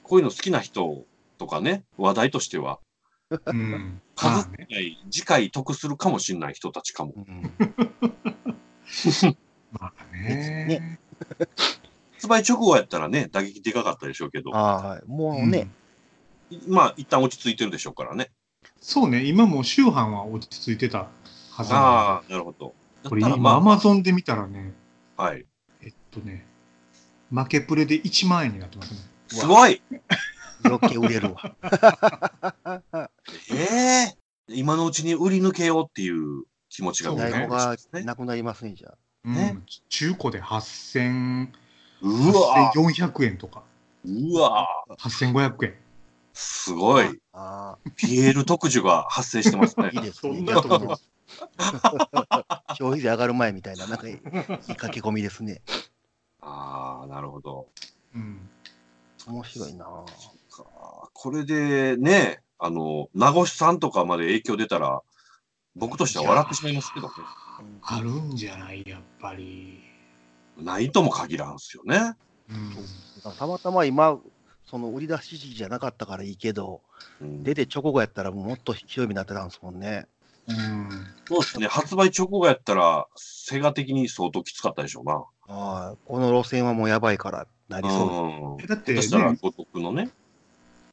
A: こういうの好きな人とかね、話題としては、
C: [LAUGHS]
B: うん。
A: 数
B: まあね
A: 少ない、次回得するかもしれない人たちかも。
C: うん
B: まあね。
A: 発売直後やったらね、打撃でかかったでしょうけど、
C: ああ、はい。もう
B: う
C: ね
B: ん、
A: まあ、一旦落ち着いてるでしょうからね。
B: そうね今もう周波は落ち着いてたはずなんで
A: ああ、なるほど。だ
B: こ
A: っ
B: れ
A: たら、
B: 今、ア
A: ま
B: マゾンで見たらね、
A: あ、はい。
B: えっとね、負けプレで1万円になってますね。
A: すごい
C: 余計売れるわ。
A: ええ今のうちに売り抜けようっていう気持ちが
B: そうね
A: 僕
C: 在
A: はあるん
C: 庫
A: です
C: が
A: ね
C: なくなりますね、じゃ
B: うん
A: ね
B: 中古で8000
A: うわぁ
B: 8400円とか、
A: うわぁ
B: 8500円。
A: すごい。
C: あ。あ
A: ピエール特需が発生してます
C: あ、
A: ね
C: [LAUGHS] いい。です
B: そ
C: ね。
B: ん
C: いい
B: な
C: と
B: とこ
C: 思います。消費税上がる前みたいな、なんかいい駆け込みですね。
A: ああ、なるほど。
B: うん、
C: 面白いなぁ。
A: かこれでね、あの、名越さんとかまで影響出たら、僕としては笑ってしまいますけどね。
C: うん
B: あるんじゃないやっぱり。
A: ないとも限らんすよね。
B: うん
C: たまたま今、その売り出し時期じゃなかったからいいけど、
A: うん
C: 出て直後やったらもっとひどい目になってたんですもんね。
B: うん
A: そうですね。発売直後やったら、セガ的に相当きつかったでしょうな。
C: ああ、この路線はもうやばいからなりそう
A: うん。
B: だって、
A: 下手
B: ね
A: し、たら、五徳のね。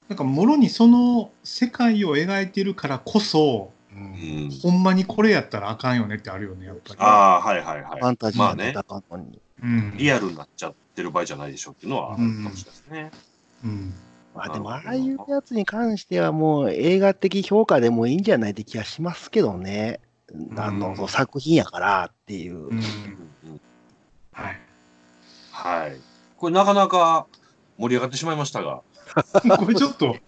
B: なんかもろにその世界を描いてるからこそ、
C: です。うん
A: うん。
B: ほんまにこれやったらあかんよねってあるよね、やっぱり。
A: ああ、はいはい
C: フ
A: は
C: ァ
A: い。
C: ンタジーなんて高いのに。
B: うん、
A: リアルになっちゃってる場合じゃないでしょうっていうのはあるかもしれないですね。
B: うん。
C: まあ
A: な
C: で
A: るほ
C: も、
A: ど
C: ああいうやつに関しては、もう映画的評価でもいいんじゃないって気がしますけどね。あの、
B: うん
C: 作品やからっていう。
B: うん。
A: うんうん
B: はい。 [LAUGHS]
A: はい。これなかなか盛り上がってしまいましたが、
B: これちょっと、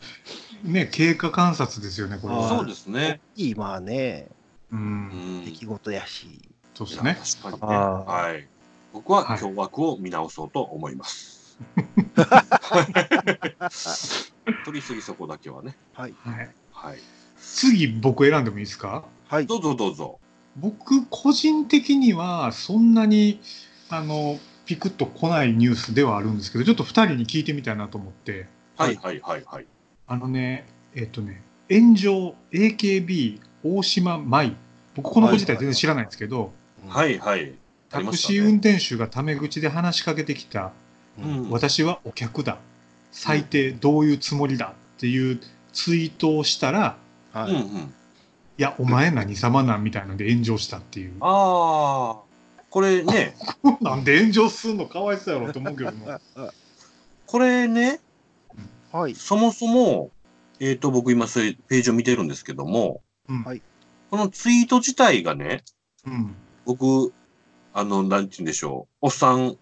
B: ね、経過観察ですよね、これは。
C: はい
A: そうですね。
C: いい、まあね、
B: う。
A: うんん
C: 出来事やし。
B: そうです
A: いや
B: ね。
A: 確かにね。
C: あー
A: はい。僕は
B: はい
A: 凶悪を見直そうと思います。
B: [LAUGHS]
A: 取りすぎそこだけはね。
C: はい。
B: はい。
A: はい。
B: 次、僕選んでもいいですか
C: はい。
A: どうぞどうぞ。
B: 僕、個人的には、そんなに、あの、ピクッと来ないニュースではあるんですけど、ちょっと二人に聞いてみたいなと思って、
A: はいはいはいはい。
B: あのね、えっとね、炎上 AKB 大島舞。僕、この子自体全然知らないんですけど、
A: はいはい。あ
B: タ
A: りま
B: ク
A: した
B: シ
A: ね
B: ー運転手がタメ口で話しかけてきた、
A: うん
B: 私はお客だ。最低どういうつもりだっていうツイートをしたら、
C: は
A: うんう
C: い。
A: ん。
B: いや、お前何様なんみたいなので炎上したっていう。
A: ああ。これね、
B: なんで炎上すんのかわいそうやろと思うけど
C: [LAUGHS]
B: も。
A: これね、
C: はい。
A: そもそも、えっ、と、僕今そういうページを見てるんですけども、
B: うん
C: はい
A: このツイート自体がね、
B: うん。
A: 僕、あの、なんて言うんでしょう、おっさん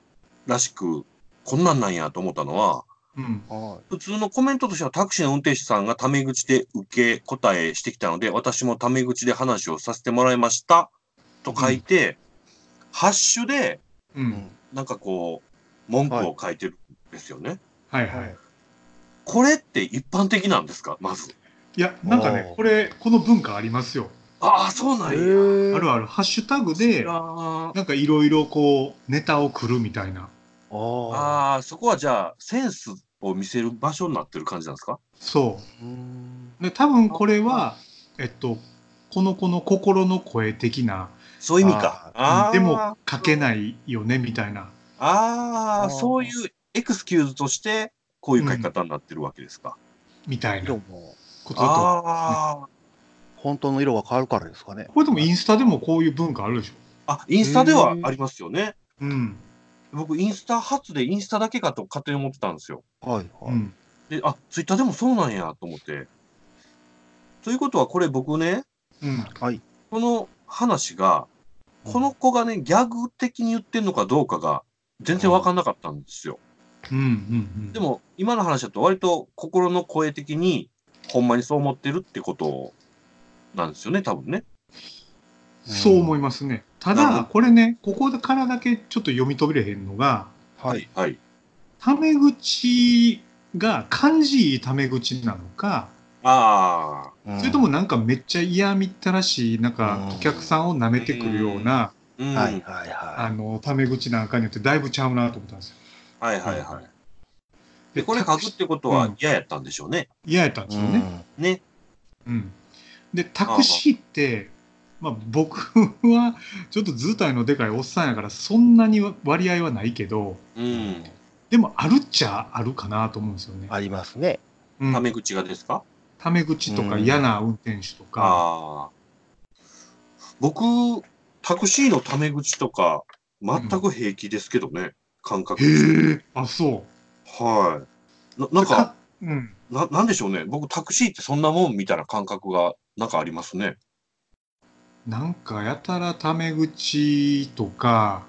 A: らしく、こんなんなんやと思ったのは、
B: うん。
C: は
A: 普通のコメントとしてはタクシーの運転手さんがタメ口で受け答えしてきたので、私もタメ口で話をさせてもらいましたと書いて、ハッシュで、
B: う。
C: い。うんん
A: なんかこう、文句を書いてるんですよね。
B: はいはい。
A: これって一般的なんですかまず。
B: いや、なんかね
C: お、ー
B: これ、この文化ありますよ。
A: ああ、そうなん
C: へ
A: や。
B: あ
C: ー
B: るある。ハッシュタグで、
A: あー
B: なんかいろいろこう、ネタをくるみたいな。
C: あ
A: あー、そこはじゃあ、センスを見せる場所になってる感じなんですか
B: そ
C: ーうん
B: う。で、多分これは、えっと、この子の心の声的な、
A: そういう意味か。あー
B: でも書けないよね、みたいな。
A: あ
C: あ
A: あ、
C: ー
A: そういうエクスキューズとして、こういう書き方になってるわけですか。
B: みたいな
C: 色も、
B: ことだと。
A: あ
C: 本当の色が変わるからですかね。
B: これでもインスタでもこういう文化あるでしょ。
A: あ、あ、インスタではありますよね。
B: うん。
A: 僕、インスタ初でインスタだけかと勝手に思ってたんですよ。
C: はい。
B: う
C: はい。
B: ん。
A: で、あ、ツイッターでもそうなんやと思って。ということは、これ僕ね、
B: うん。
C: はい。
A: この話が、この子がね、ギャグ的に言ってんのかどうかが全然わかんなかったんですよ。
B: うん。うん。
A: で、も、今の話だと割と心の声的に、ほんまにそう思ってるってことなんですよね、多分ね。
B: そう思いますね。た
A: なるほ
B: だ、
A: ど
B: これね、ここからだけちょっと読み取れへんのが、
C: はい。
A: はい。
B: タメ口が漢字いいタメ口なのか、
A: あ
B: それともなんかめっちゃ嫌みったらしい、なんか
C: うん
B: お客さんを舐めてくるような、
A: あ、うん。
C: うん、
A: は
C: はいい
A: は
C: はい
B: あ
C: は
B: の、タメ口なんかによってだいぶちゃうなと思ったんですよ。
A: いはいはい。で、
B: で、
A: これ書くってこと
B: う
A: は
B: ん
A: 嫌やったんでしょうね。
B: 嫌やったんで
C: い。
B: すよね。
A: ね。
B: うん、でタクシーってまあ、僕はちょっと図体のでかいおっさんやからそんなに割合はないけど
A: うん。
B: でもあるっちゃあるかなと思うんですよね。
C: ありますね。
B: うん
A: タメ口がですか、
B: タメ口とか
C: うん
B: 嫌な運転手とか、
A: ああ。僕、タクシーのタメ口とか、全く平気ですけどね、感覚として。
B: へえあそ
A: はい。な
B: う
A: なんか、
B: うん、
A: な、なんでしょうね。僕、タクシーってそんなもんみたいな感覚が、なんかありますね。
B: なんかやたらタメ口とか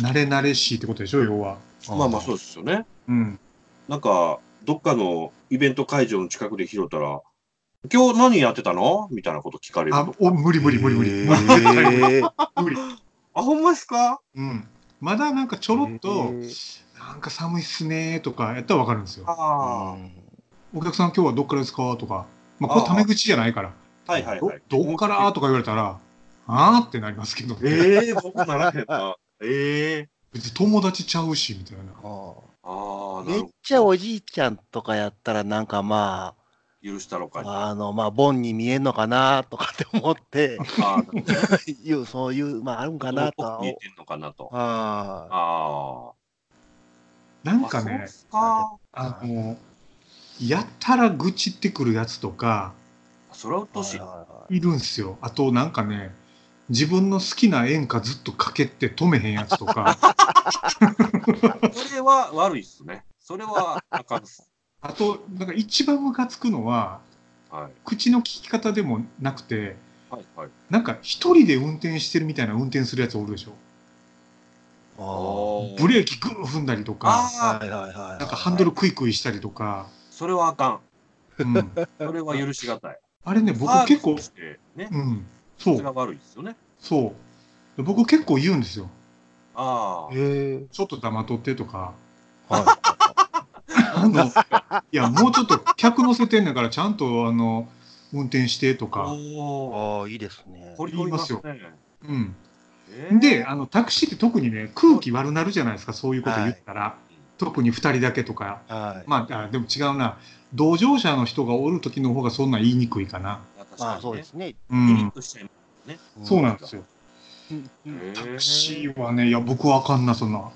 B: 慣れ慣れしいってことでしょ要は。
A: まあまあ、そう
C: う。
A: ですよね。
B: うん、
A: なんか、どっかのイベント会場の近くで拾ったら、今日何やってたのみたいなこと聞かれる
B: あ
A: と。
B: お無理無理無理無理
C: へ
B: 無理無理無理 [LAUGHS]
C: ー
B: 無理、
A: あ、ほんまですか
B: うん、まだなんかちょろっと
C: へ
B: 「なんか寒いっすね」とかやったらわかるんですよ。
A: あ
B: お客さん今日はどっからですかとか、まあ、こ
A: あ
B: れ
A: あ
B: タメ口じゃないから、
A: あ。はいはいはい。
B: どどこからとか言われたら、あーってなりますけど、ね、
A: ええ僕ならへん [LAUGHS] な。ええ
B: 別に友達ちゃうし、みたいな。
C: あ
A: あ
C: あ
A: あ、な
C: め
A: る
C: っ
A: ほ
C: ちゃおじいちゃんとかやったらなんかま
A: ど。許したろかに。あ
C: あ、あの、まあ、ボンに見えんのかなとかって思って、
A: あ、なるほど
C: いう、そういう、まあ、あるんかなとは
A: 見え
C: 思
A: てんのかなと。
C: ああ。
A: あ
B: な
A: あ。
B: んか
A: あそうっ
B: ね、
A: すか
B: あの、やったら愚痴ってくるやつとか、
A: はそれはうっとうしいな。
C: はい
B: るんですよ。あとなんかね、自分の好きな演歌ずっとかけて止めへんやつ
A: [LAUGHS]
B: とか、
A: それは悪いっすね。それはあかんっ [LAUGHS] す。
B: あと、なんか一番ムカつくのは、
A: はい。
B: 口の聞き方でもなくて、
A: はい、はい。
B: なんか一人で運転してるみたいな運転するやつおるでしょ。
C: いはい
A: あー
B: ブレーキグー踏んだりとか、
A: あ
C: はいはいはいはい。
B: なんかハンドルクイクイしたりとか、
A: ーそれはあかん。
B: うん、
A: それは許しがたい。
B: あれね、僕
A: サービス
B: 結構
A: と、してね、
B: うん、そ
A: それ
B: う、
A: が悪いですよね。
B: そう。僕結構言うんですよ。
A: ああ。
C: へえ。
B: ちょっと黙っとってとか、 [LAUGHS]
C: は
B: あの、いや、もうちょっと客乗せてんだから、ちゃんと、あの、運転してとか、
C: い。
A: おお。
C: ああ、いいですね。
A: こりこりますね。
B: うん。
A: えー
B: で、、あの、タクシーって特にね、空気悪なるじゃないですか、そういうこと言ったら。特に2人だけとか。
C: はい。
B: まあ、あでも違うな。同乗者の人がおる時の方がそんなん言いにくいかな。
A: 確かに
C: ま
A: ね
C: あ、そうですね。
B: う
A: ピリッ
B: ん。
A: としちゃいま
B: そうなんですよ。
A: すね。
B: タクシ
A: えー
B: ーはね、いや、僕はあかんな、そんな。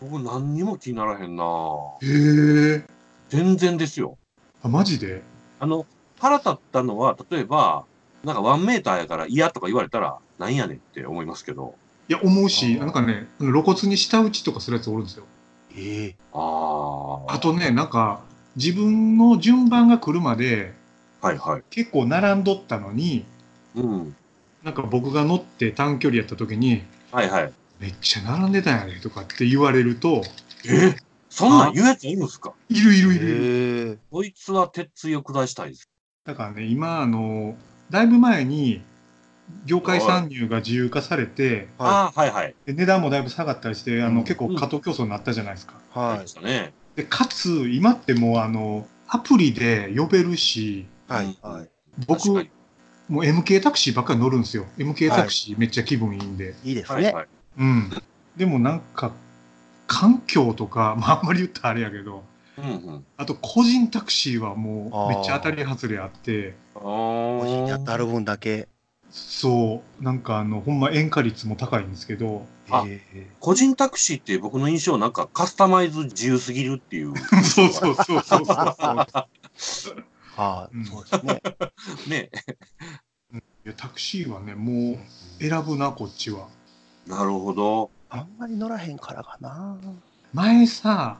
A: 僕何にも気にならへんな
B: へえ。
A: 全然ですよ。
B: あ、マジで
A: あの、腹立ったのは、例えば、なんかワンメーターやから嫌とか言われたら、なんやねんって思いますけど。
B: いや、思うし、
C: あー
B: なんかね、露骨に舌打ちとかするやつおるんですよ。
C: ええ。
A: ああ。
B: あ、とね、なんか、自分の順番が来るまで、
A: はいはい。
B: 結構並んどったのに、
A: うん。
B: なんか僕が乗って短距離やった時に、
A: はいはい。
B: めっちゃ並んでたんやねとかって言われると、
A: えーそんなん言うやついるんすか
B: いるいるいるいる。
C: へえ。
A: こいつは鉄槌を下したいです。
B: だからね、今、あの、だいぶ前に、業界参入が自由化されて、
C: は
A: ああ、はいはい。
B: で値段もだいぶ下がったりして、あの、
C: うん
B: 結構過当競争になったじゃないですか。
C: い。
A: あり
C: は
A: ましたね。
B: で、かつ、今ってもう、あの、アプリで呼べるし、
C: い。はい。
A: うん
C: は
B: 僕
A: 確かに
B: もう MK タクシーばっかり乗るんですよ。MK タクシーめっちゃ気分いいんで。
C: い。いいです
A: はい
C: ね。
A: はい。
B: うん。でもなんか、環境とか、まああんまり言ったらあれやけど、
A: うんうん。
B: あと個人タクシーはも
C: あ
B: う
C: ー
B: めっちゃ当たり外れあって、
A: あ
C: 個人に当た
A: ー
C: る分だけ。
B: そう、なんかあの、ほんま円価率も高いんですけど、
A: あ
C: へえ
A: 個人タクシーって僕の印象なんかカスタマイズ自由すぎるっていう。
B: [LAUGHS] そうそうそうそうそうそう。
C: は
B: うん
C: い。そうですね。 [LAUGHS]
A: ね。
B: いやタクシーはね、もう選ぶな、こっちは。
A: なるほど。
C: あんまり乗らへんからかな。
B: 前さ、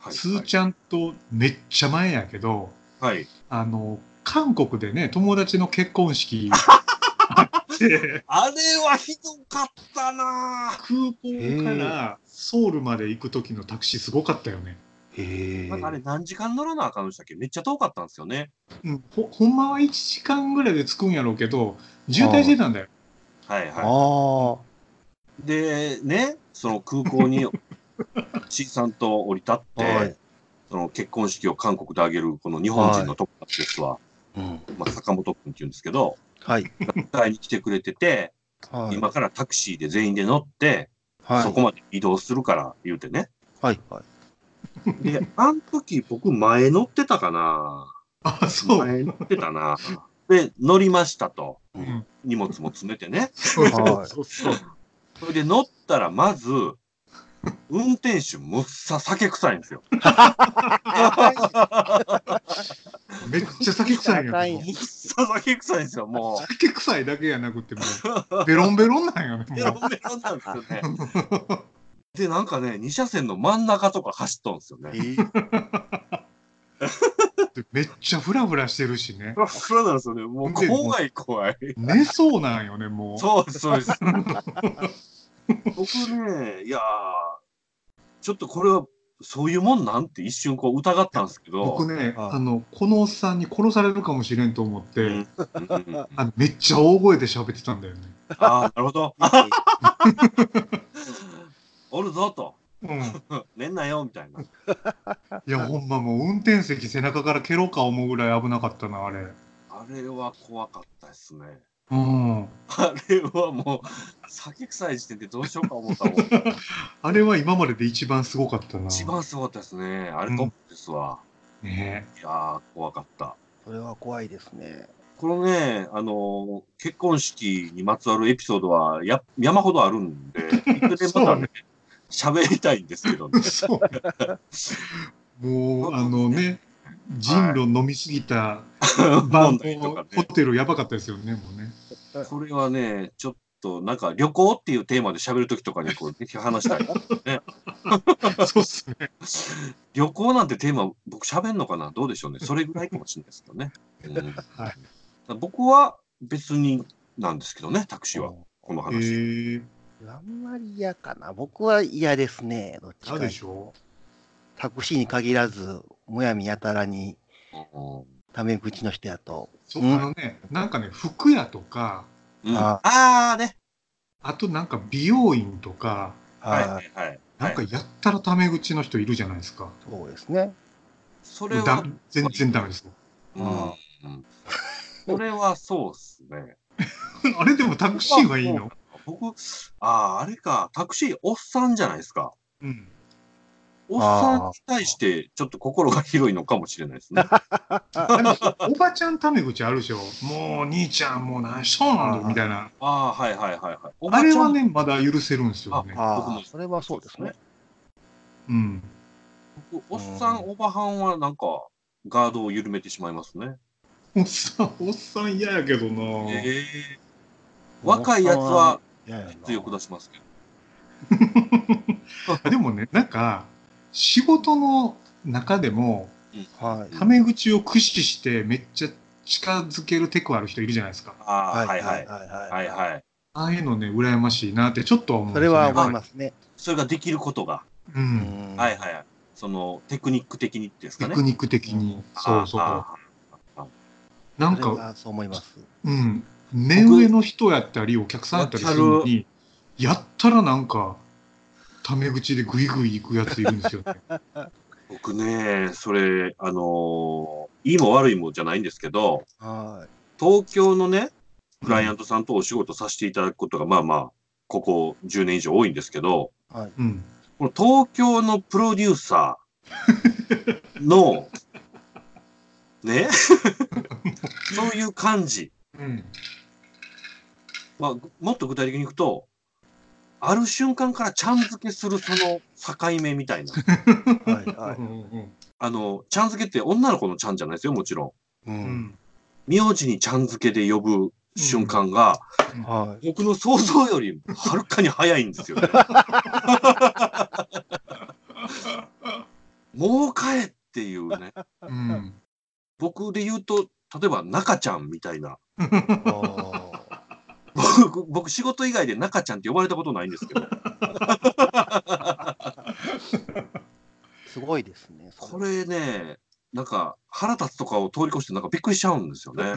A: はい
B: スーちゃんとめっちゃ前やけど、
A: はい。
B: あの、韓国でね、友達の結婚式 [LAUGHS] あって、
A: あれはひどかったなぁ。
B: 空港からソウルまで行く時のタクシーすごかったよね。
C: へえ
A: なんかあれ何時間乗らなあかんのでしたっけめっちゃ遠かったんですよね。
B: うん、ほほんまは1時間ぐらいで着くんやろうけど、渋滞してたんだよ。
A: はい
C: あ
A: は
C: あ。
A: い。で、ね、その空港
C: [LAUGHS]
A: に C さんと降り立って、
C: はい。
A: その結婚式を韓国で挙げるこの日本人のトップですわ、
C: うん。
A: まあ、坂本君っていうんですけ
C: [LAUGHS]
A: ど、
C: はい。
A: 迎えに来てくれてて、
C: はい。
A: 今からタクシーで全員で乗って、
C: はい。
A: そこまで移動するから言うてね。
C: はい。はい。
A: で、あの時僕前乗ってたかな
B: あ、 [LAUGHS] そう。
A: 前乗ってたなで、乗りましたと。
B: うん
A: 荷物も詰めてね。
B: そう
C: はい
B: そうそう。
A: それで乗ったらまず、運転手むっさ酒臭いんですよ。
B: めっちゃ [LAUGHS] 酒臭いんやけど
C: 高
A: むっさ酒臭いんですよ、も
B: 酒臭いだけやなくて、もう、ベロンベロンなん [LAUGHS] やね、
A: う。ベロ
B: も
A: ンベロンなんですよね。で、なんかね、2車線の真ん中とか走っとんですよね。
C: [LAUGHS]
B: う。めっちゃフラフラしてるしね。
A: それなんですよね。もう怖い怖い。
B: 寝そうなんよね、もう。
A: そうです、そう [LAUGHS] です。僕ね、いやーちょっとこれは、そういうもんなんって一瞬こう疑ったんですけど。
B: 僕ね、
C: あ
B: あの、このおっさんに殺されるかもしれんと思って、
A: うんうんうん
B: あのめっちゃ大声で喋ってたんだよね。
A: ああ、なるほど。おるぞと。
B: うん。
A: 寝んなよ、みたいな。
B: いや、ほんまもう運転席背中から蹴ろうか思うぐらい危なかったな、あれ。
A: あれは怖かったですね。
B: うん。
A: あれはもう、酒臭い時点でどうしようか思ったもん。
B: あれは今までで一番すごかったな。
A: 一番すごかったですね。あれトップですわ。
B: ね [LAUGHS]
A: いやー、怖かった。
C: それは怖いですね。
A: このね、あのー結婚式にまつわるエピソードはや山ほどあるんで、いずれまたね、喋りたいんですけどね
B: え。。そう。もう、あのね、人狼飲みすぎた
A: 飲ん
B: 晩
A: だりとか
B: の
A: ね
B: ホテルやばかったですよね、もうね。
A: これはね、ちょっとなんか旅行っていうテーマで喋るときとかにこう、ぜひ話したい。
B: そうっすね。
A: 旅行なんてテーマ、僕喋んのかなどうでしょうね。それぐらいかもしれないですけどね。うん
B: はい
A: 僕は別になんですけどね、タクシーは、この
B: え
A: 話。
B: ー、
C: あんまり嫌かな。僕は嫌ですね。どっち
B: 嫌
C: か
B: でしょ
C: タクシーに限らず、むやみやたらに
A: うん
C: タメ口の人やと。
B: そう
C: うん
B: あのね、なんかね、服屋とか、
A: うん
C: あ
A: あーね。
B: あとなんか美容院とか、
A: はい
C: は。
A: はいいはい。
B: なんか
A: はい
B: やったらタメ口の人いるじゃないですか。
C: そうですね。
A: それは
B: だ、全然ダ
A: [LAUGHS]
B: メです。
A: うんうんそれはそうっすね。
B: あれでもタクシーはい
A: [LAUGHS]
B: いの
A: 僕、ああ、あれか、タクシーおっさんじゃないですか。
B: うん。
A: おっさんに対して、ちょっと心が広いのかもしれないです
B: [LAUGHS]
A: ね。
B: でもおばちゃんタメ口あるでしょ。もう兄ちゃんもう何しとんのみたいな。
A: ああ、はいはいはいはい。 [LAUGHS] おば
B: あ
A: ち
B: れ
A: ゃ
B: は
A: ん、
B: ね、まだ許せるんですよね。
A: 僕
C: あ
A: も
C: あ、それはそうですね。
B: うん。
A: 僕おっさん、おばはんはなんか、ガードを緩めてしまいますね。
B: おっさん、おっさん嫌やけどな。
A: ええ若いやつは
C: 嫌やな、
A: 強く出しますけど。
B: [LAUGHS] でもね、なんか、仕事の中でも、
C: はい。
B: タメ口を駆使してめっちゃ近づけるテクある人いるじゃないですか。
A: ああ、はいはい。は
C: はいい。
A: はい。
B: ああいうのね、羨ましいなってちょっとは思うん
C: そ
B: ですよ
C: れ
B: ね
C: は思いますね。
A: それができることが、
B: う。
C: うんん
A: はいはい。その、テクニック的にですか
B: テ
A: ね
B: ク。ニック的に。そうそう。
A: ああああ
B: なん
C: それ
B: か、
C: はそう思います。
B: うん。目上の人やったり、お客さんやったりするのに、やったらなんか、タメ口でグイグイ行くやついるんですよね。
A: 僕ね、それ、あのーいいも悪いもじゃないんですけど、
C: は
A: 東京のね、クライアントさんとお仕事させていただくことが、まあまあ、ここ10年以上多いんですけど、
C: い。はい。
B: うん。
A: この東京のプロデューサーの、ね、そういう感じ。
B: うん。
A: まあ、もっと具体的にいくと、ある瞬間からちゃん付けするその境目みたいな。
C: はい。は
B: うんうん
A: あの、ちゃん付けって女の子のちゃんじゃないですよ、もちろん。
C: い。う。
B: うんん。
A: 名字にちゃん付けで呼ぶ瞬間が、
C: は
A: 僕の想像よりはるかに早いんですよ
B: [LAUGHS]
A: ね。もう帰っていうね。
B: うん。
A: 僕で言うと、例えば中ちゃんみたいな。
C: い。おー
A: 僕、僕仕事以外で中ちゃんって呼ばれたことないんですけど、
C: すごいですね。そ
A: こ
C: れ
A: れね、なんか腹立つとかを通り越してなんかびっくりしちゃうんですよね。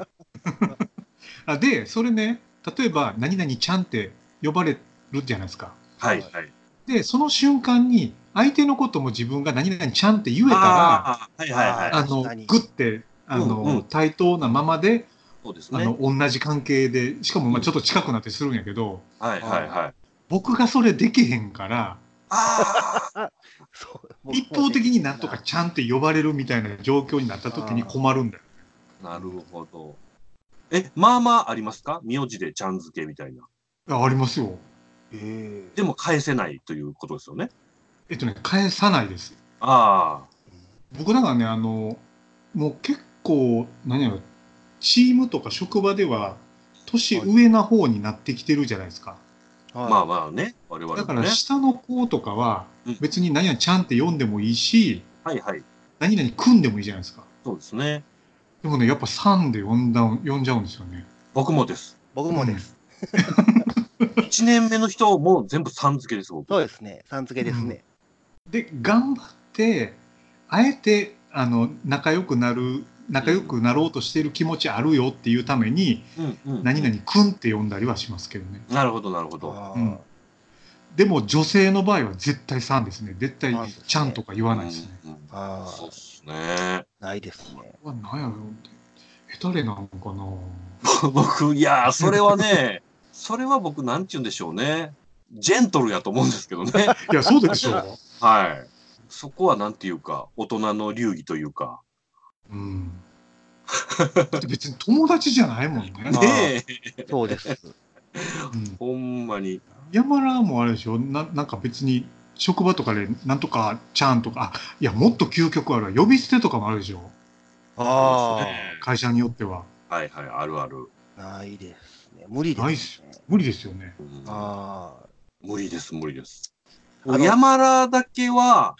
B: あで、それね、例えば、何々ちゃんって呼ばれるじゃないですか。
A: はい、はい。
B: で、その瞬間に、相手のことも自分が何々ちゃんって言えたら、あ
A: ああ、はいはいはい。
C: ー
B: の
C: 確かに、
B: グって、あの、
A: うんうん
B: 対等なままで、
A: そうです
B: あ
A: ね。
B: の、同じ関係で、しかも、まあちょっと近くなってするんやけど、
A: はいはいはい。
B: 僕がそれできへんから、
A: あ
C: そうもう
B: 一方的になんとかちゃんって呼ばれるみたいな状況になった時に困るんだよ。
A: あ、なるほど。え、まあまあありますか名字でちゃん付けみたいな。
B: あありますよ。
C: ええ
A: でも返せないということですよね。
B: えっとね、返さないです。
A: あ
B: 僕なんかね、あの、もう結構、何やろ、チームとか職場では、年上な方になってきてるじゃないですか。
A: あ、
C: はい
A: まあまあね。我々もね。
B: だから下の子とかは
A: うん、
B: 別に何々ちゃんって読んでもいいし、
A: はいはい。
B: 何々組んでもいいじゃないですか。
A: そうですね。
B: でもね、やっぱさんで呼んだ、呼んじゃうんですよね。
A: 僕もです。
C: 僕もです。
A: 1年目の人も全部さん付けです、僕。
C: そうですね。さん付けですね。
B: で、頑張って、あえて、あの、仲良くなる、仲良くなろうとしてる気持ちあるよっていうために、
A: うんうん。
B: 何々くんって呼んだりはしますけどね。
A: なるほど、なるほど。
C: あ
B: うん
C: ー
B: でも女性の場合は絶対さんですね。絶対
C: さんですね
B: ちゃんとか言わないですね。
A: うんうん
C: あ
A: そう
C: ー
A: っ、すね。 [LAUGHS]
C: ないですね。
B: うわなんやろうって。下手れなのかな
A: 僕、いやー、それはね、それは僕、なんて言うんでしょうね。ジェントルやと思うんですけどね。
B: いや、そうでしょう。
A: はい。そこはなんていうか、大人の流儀というか。
B: うん。だって別に友達じゃないもんね。
C: あ
A: ねえ、
C: そうです。
B: うん、
A: ほんまに。
B: 山らもあれでしょななんか別に職場とかでなんとかちゃんとか、あいや、もっと究極あるわ。呼び捨てとかもあるでしょ
A: あ
B: 会社によっては。
A: はいはい、あるある。
C: ないですね。無理です、ね。
B: ないっす無理ですよね。
A: うん
C: ああ。
A: 無理です、無理です。
C: あの
A: 山らだけは、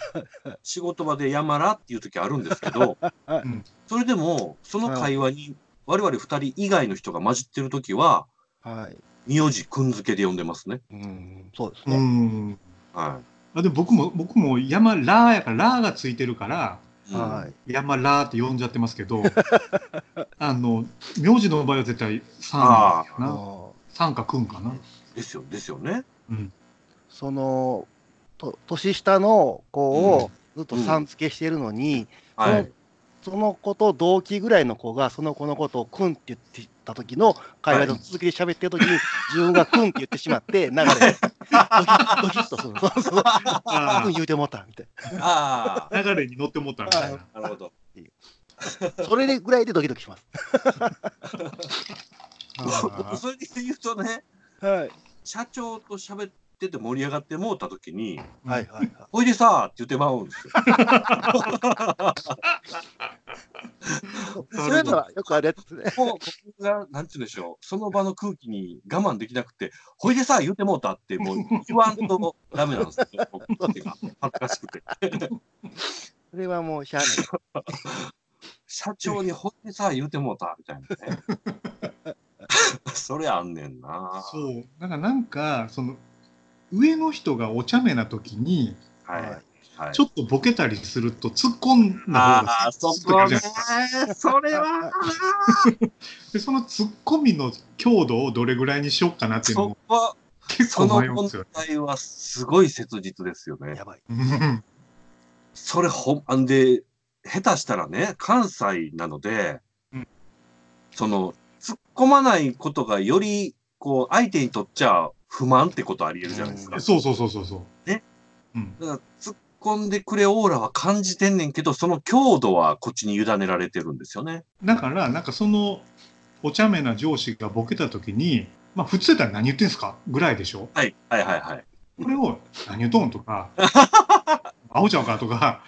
A: [LAUGHS] 仕事場で山らっていう時あるんですけど、
B: ん
A: それでも、その会話に、我々二人以外の人が混じってる時は、
C: はい。
A: 名字くんづけで呼んでますね。
C: うん、そうです
B: う
C: ね。
B: ん。
A: は
B: あでも僕も、僕も山ラーやから、ラーがついてるから、
A: い。。
C: はいい。
B: 山ラーって呼んじゃってますけど、あの、名字の場合は絶対さん
A: あ
B: か
A: あ
B: な。
C: あ
B: さんかくんかな。
A: ですよ、ですよね。
B: うん。
C: そのと、年下の子をずっとさん付けしてるのに、
A: はい。
C: その子と同期ぐらいの子が、その子のことをくんって言ってた時の会話の続きで喋ってる時に、自分がくんって言ってしまって、流れ、ドキッドキッとす
B: [LAUGHS]
C: る。そうそう。
B: あ
C: くん言うてもうた、みたい
A: あ
B: あ、流れに乗ってもったみたいな。
A: あ、なるほ
C: [LAUGHS]
A: ど。
C: な。それでぐらいでドキドキします。
B: あ
A: それで言うとね、
C: はい。
A: 社長と喋ってて盛り上がってもうた時に、
C: はいはいはい。
A: おいでさーって言ってまうんですよ。
C: そういうのはよくあるやつですね。
A: もう僕が、なんて言うんでしょう、その場の空気に我慢できなくて、ほいでさー言ってもうたって、もう言わんとダメなんですよ、僕手が恥ずかしく
B: [LAUGHS]
A: て。
C: それはもうしゃあない。
A: 社長にほいでさー言うてもうたみたいなね。それあんねんな。
B: そう。だからなんか、その、上の人がお茶目な時に、
A: はい。はい、
B: ちょっとボケたりすると突っ込んだ方
A: あ
B: が
A: あ、
B: ス
A: そ
B: ッとく
A: こ
B: るじ
A: ね
B: ゃないですか。。
A: それは
B: で、その突っ込みの強度をどれぐらいにしようかなっていうの
A: そ
B: も
A: こ、
B: 結
A: その
B: 構迷うん
A: 問
B: ですよね。
A: 題はすごい切実ですよね
C: や。ばい。
B: うん
A: それほん、んで、下手したらね、関西なので、
B: うん
A: その、突っ込まないことがより、こう、相手にとっちゃ不満ってことあり得るじゃないですか。
B: そうそうそうそうそう。
A: ね
B: うん。
A: だから、突っ込んでくれオーラは感じてんねんけど、その強度はこっちに委ねられてるんですよね。
B: だから、なんかその、お茶目な上司がボケた時に、まあ普通だったら何言ってんすかぐらいでしょ
A: はい、はい、はい、はい。
B: これを何言うとんとか、青ちゃうかとか、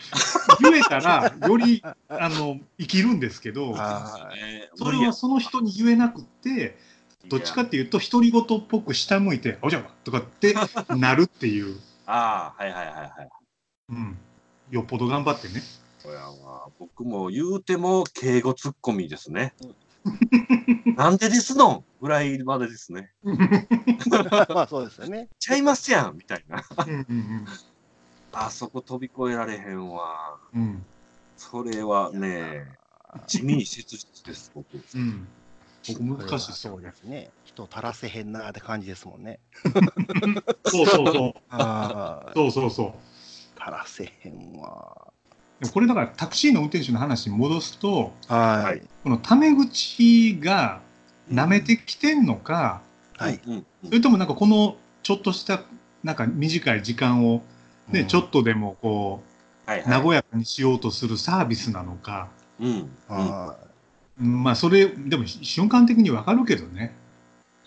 B: 言えたら、より、あの、生きるんですけど、
C: [LAUGHS] は
A: えー
B: それはその人に言えなくって、どっちかっていうと、独り言っぽく下向いて、青ちゃうかとかってなるっていう、
A: ああ、はい、はい、はい、はい。
B: うん。よっぽど頑張ってね。
A: これは僕も言うても敬語ツッコミですね。
B: [LAUGHS]
A: なんでですのんぐらいまでですね。
C: い。まあそうですよね。
A: ちゃいますやんみたいな。
B: うんうん
A: あそこ飛び越えられへんわ。
B: うん。うん。
A: それはね、地味に切実です、僕。
B: うん。僕難しいっす
C: そ
B: よ
C: うで
B: ね。
C: すね。人足らせへんなーって感じですもんね。
B: そうそうそう。
C: ああ、
B: そうそうそう。
C: 足らせへんわ
B: でもこれだからタクシーの運転手の話に戻すと、
C: ー。はいい。
B: このタメ口が舐めてきてんのか、
C: はい。
A: うんうん
B: それともなんかこのちょっとしたなんか短い時間を、ね
C: うん
B: ちょっとでもこ
A: はいう
B: 和
A: 屋。
B: やかにしようとするサービスなのか、
A: うんうん。
C: ああ
B: うんまあそれでも瞬間的にわかるけどね、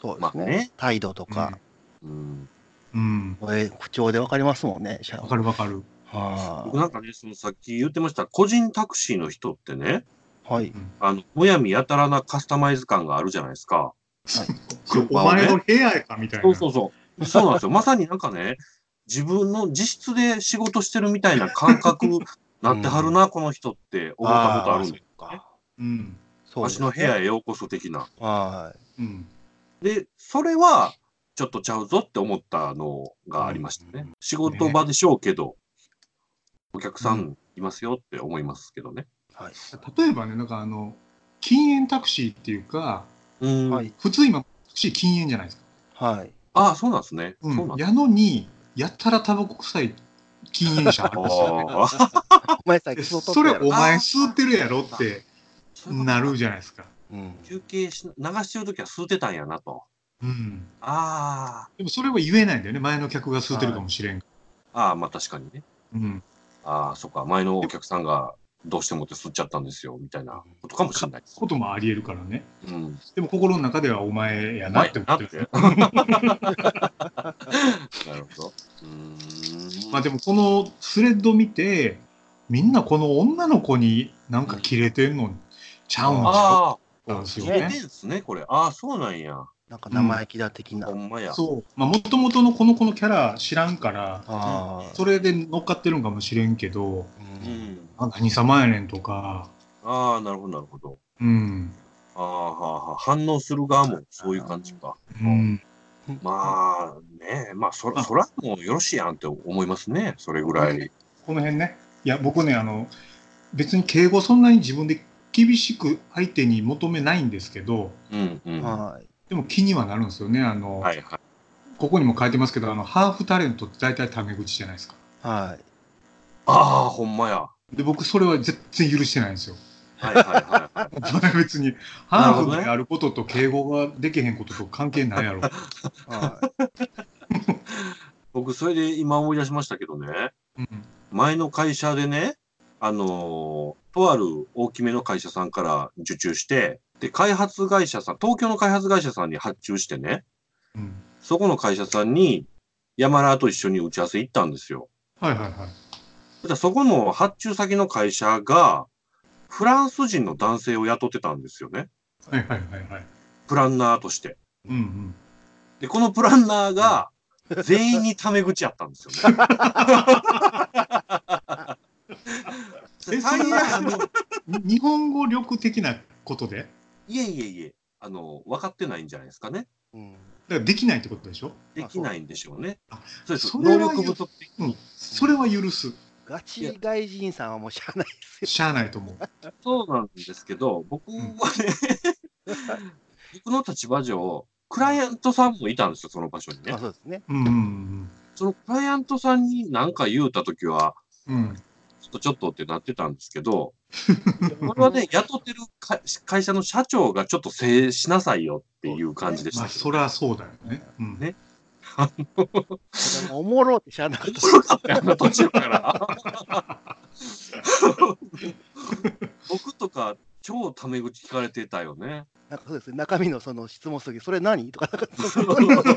C: そうです
A: まあね
C: ね。態度とか、
A: うん
B: うん、
C: 声、口調でわかりますもんね。
B: わかるわかる、
C: は
A: 僕なんかね、そのさっき言ってました、個人タクシーの人ってね、
C: あ。はい。
A: あの、むやみやたらなカスタマイズ感があるじゃないですか。
B: お前の部屋やかみたいな。
A: そうそうそう。そうなんですよ。まさになんかね、自分の自室で仕事してるみたいな感覚なってはるな、この人って思ったことあるんで、
C: [LAUGHS] ああそっか
B: うん
C: そうです
A: 私
C: ね
A: の部屋へようこそ的な。
C: はい。
B: うん
A: で、それは、ちょっとちゃうぞって思ったのがありました
B: うんうん
A: ね。仕事場でしょうけど、お客さんいますよって思いますけどね。
C: はい。
B: 例えばね、なんかあの、禁煙タクシーっていうか、
A: うん。
C: はい。
B: 普通今、タクシー禁煙じゃないですか。
C: はい。
A: ああ、そうなんですね。そう
B: う
A: なん
B: ん、
A: ですね。
B: やのに、やったらタバコ臭い禁煙者あるんですよ
A: [LAUGHS]
B: ね。
A: ああ
C: お前さ
B: で
C: っき相当
B: それお
A: あ
B: 前吸ってるやろってなるじゃないですか。
C: うん。
A: 休憩し、流してるときは吸ってたんやなと。
B: うん。
A: あ
B: でもそれは言えないんだよね。前の客が吸ってるかもしれん。
A: あ、ああ、まあ確かにね。
B: うん。
A: ああ、そっか、前のお客さんがどうしてもって吸っちゃったんですよ、みたいなことかもしれないです。
B: こともありえるからね。
A: うん。
B: でも心の中ではお前やなって思ってる。
A: [LAUGHS] なるほど。うーん。
B: まあでもこのスレッド見て、みんなこの女の子になんか切れてんのに、ちゃうんちゃ
A: あ
B: うなんで
A: あ、
B: す
A: 決
B: よ
A: めてん
B: ね。
A: すね、これ。ああ、そうなんや。
C: なんか生意気だ的な。
A: ほんまや。
B: そう。まあ、もともとのこの子のキャラ知らんから、
C: ああ、
B: それで乗っかってるんかもしれんけど、
C: うん
A: うん。
B: あ何様やねんとか、
A: ああ、なるほど、なるほど。
B: うん。
A: ああ、はあはあ反応する側もそういう感じか。
B: うん。
A: まあね、まあそら、
B: あ
A: そらもうよろしいやんって思いますね、それぐらい。
B: この辺ね。いや、僕ね、あの、別に敬語そんなに自分で厳しく相手に求めないんですけど、
A: うんうん。は
C: はい。
B: でも気にはなるんですよね。あの、
A: いはい。あ
B: ここにも書いてますけど、あの、ハーフタレントって大体タメ口じゃないですか。
C: はい。
A: あ、ほんまや。は
B: で、僕それは絶対許してないんで
A: [LAUGHS]
B: すよ。
A: いはいはい [LAUGHS] はい。
B: 別に、
A: な
B: ハ
A: る
B: ー
A: ほどね
B: フであることと敬語ができへんことと関係ないやろ。
C: はい。
A: 僕、それで今思い出しましたけどね、
B: うん。
A: 前の会社でね、あのーとある大きめの会社さんから受注して、で、開発会社さん、東京の開発会社さんに発注してね、
B: うん。
A: そこの会社さんに、山田と一緒に打ち合わせ行ったんですよ。
B: はいはいはい。
A: そしたらそこの発注先の会社が、フランス人の男性を雇ってたんですよね。
B: はいはいはいはい。
A: プランナーとして。
B: うんうん。
A: で、このプランナーが、全員にタメ口やったんです
B: [LAUGHS]
A: よね。
B: え、それは、あの、に日本語力的なことでだか
A: いえいえいえ、あの、分かってないんじゃないですかね。
C: うん
B: らできないってことでしょ
A: できないんでしょうね
B: あ。
A: そうです。
B: そ
A: 能
B: れは
A: 力不足的
B: うん。それは許す。
C: ガチ外人さんはもうしゃ
A: [LAUGHS]
C: あないです
B: しゃあないと思う。
A: そうなんですけど、僕はね、 [LAUGHS] 僕の立場上、クライアントさんもいたんですよ、その場所に
C: よ。
A: ね
C: あ。そうですね。
B: うんうん
A: そのクライアントさんに何か言うたときは、
B: うん。うん。
A: ちょっとちょっとってなってたんですけど、これはね、雇ってるか会社の社長がちょっと制しなさいよっていう感じでし
B: ま
A: た
B: あ、
A: け
B: そりゃそうだよね。うん。
A: ね
C: でもおもろってしゃあなかっ
A: ど。面白かったよな途中から。
C: [LAUGHS]
A: 僕とか、超タメ口聞かれてたよね。
C: た。なんかそうですね。中身のその質問する時それ何とか、なんか、それ何それ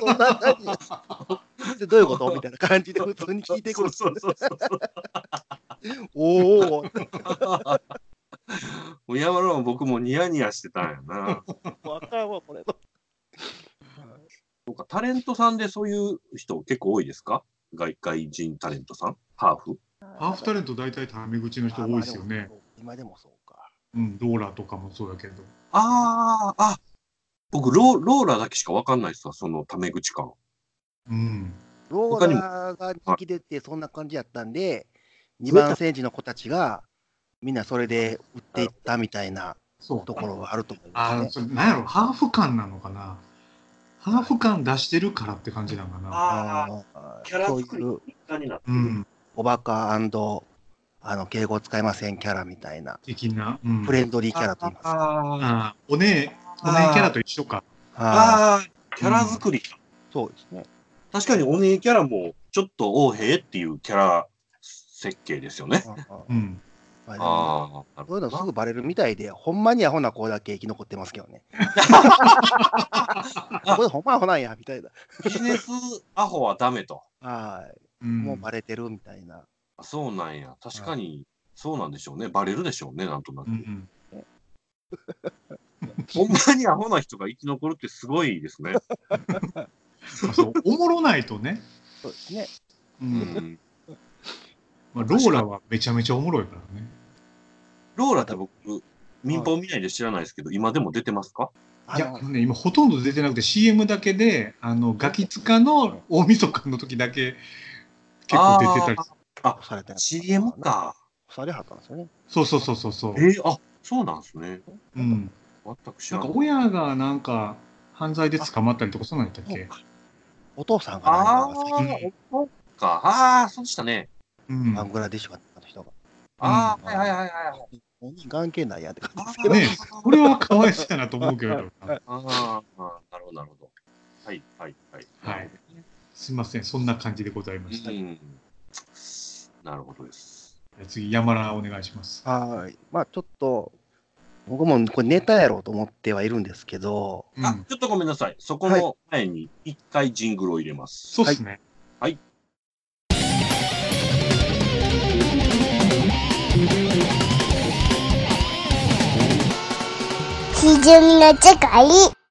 A: [LAUGHS]
C: 何でどういうことみたいな感じで普通に聞いてくる。
A: そうそうそうそう。
C: おーおー、
A: もう山田も僕もニヤニヤしてたんやな。
C: わかる
A: [LAUGHS]
C: わ、これ。
A: そうかタレントさんでそういう人結構多いですか外外人タレントさんハーフ
B: ハーフタレント大体タメ口の人多いですよね。
C: あ。まあでもそうか
B: うん。ローラとかもそうだけど。
A: ああ、あ、僕ロー、ローラだけしかわかんないっすわ、そのタメ口感。
B: うん。
C: 今
A: 他
C: 回
A: に
C: も
A: も
C: ローラーが人気出て、そんな感じやったんで、2番戦時の子たちが、みんなそれで売っていったみたいな
B: そう。
C: ところはあると思い
B: あ
C: ま
B: ー
C: す
B: それなんやろハーフ感なのかなハーフ感出してるからって感じなのかな
A: あ
C: ね。あ
A: キャラ
C: ーそう
A: 作り
C: いう
A: あ、になって
B: う
A: る。
B: ん
C: おバカあの敬語使いませんキャラみたいな、
B: 的な、うん、
C: フレンドリーキャラと言いますか。
A: あー
B: あーおねえおねえキャラと一緒か
C: ああ、
A: あー、キャラ作り。
C: そうですね。
A: 確かにお姉キャラも、ちょっと王兵っていうキャラ設計ですよね。
C: ああ
B: うん
C: まあでも
A: ああ、なる
C: そうい
A: ほ
C: う
A: ど
C: のす
A: な。
C: ぐバレるみたいで、ほんまにアホな子だけ生き残ってますけどね。これほんまアホなんや、みたいな。
A: ビジネスアホはダメと。
C: は
B: う
C: い。
B: ん
C: もうバレてるみたいな。
A: あそうなんや。確かに、そうなんでしょうね。バレるでしょうね、なんとなく
B: う。ん
A: ほんまにアホな人が生き残るってすごいですね。
B: まあそうおもろないとね、
C: そうですね。
B: う
A: うんん。
B: まあ、ローラはめちゃめちゃおもろいからね
A: ローラって僕、民放見ないで知らないですけど、今でも出てますか
C: あ
B: いや
C: の
B: あのね今ほとんど出てなくて CM だけであのガキツカの大晦日の時だけ結構出てたり
A: あ
C: されてな
A: ?CM か。
C: されはったんですよね。
B: そうそうそうそうそう
A: え、ーあそうなんですね。
B: うん、
A: 全く知
B: な
A: ら
B: ん
A: ない。
B: か親がなんか犯罪で捕まったりとかそんなんやったっけ
C: お父さんが
A: あ
C: なん
A: あ
C: か先
A: ー、そっか。ああ、そうでしたね。
B: うん
C: バングラディッシュがあの人が。
A: あ
B: う
A: あ、はいはいはいはい。
C: 本人関係ないやって感じです
A: あー
C: けど。
B: ねこれはかわいそうやなと思うけど、
A: あーあー、なるほどなるほど。はいはいはい。
B: はいすいません、そんな感じでございました。
A: うん。なるほどです。
B: 次、山田お願いします。
C: はい。まあちょっと、僕もこれネタやろうと思ってはいるんですけど、
B: うん
A: あ、ちょっとごめんなさい。そこの前に一回ジングルを入れます。
B: そうですね。
A: はい。
B: は
D: ひじゅみの世界。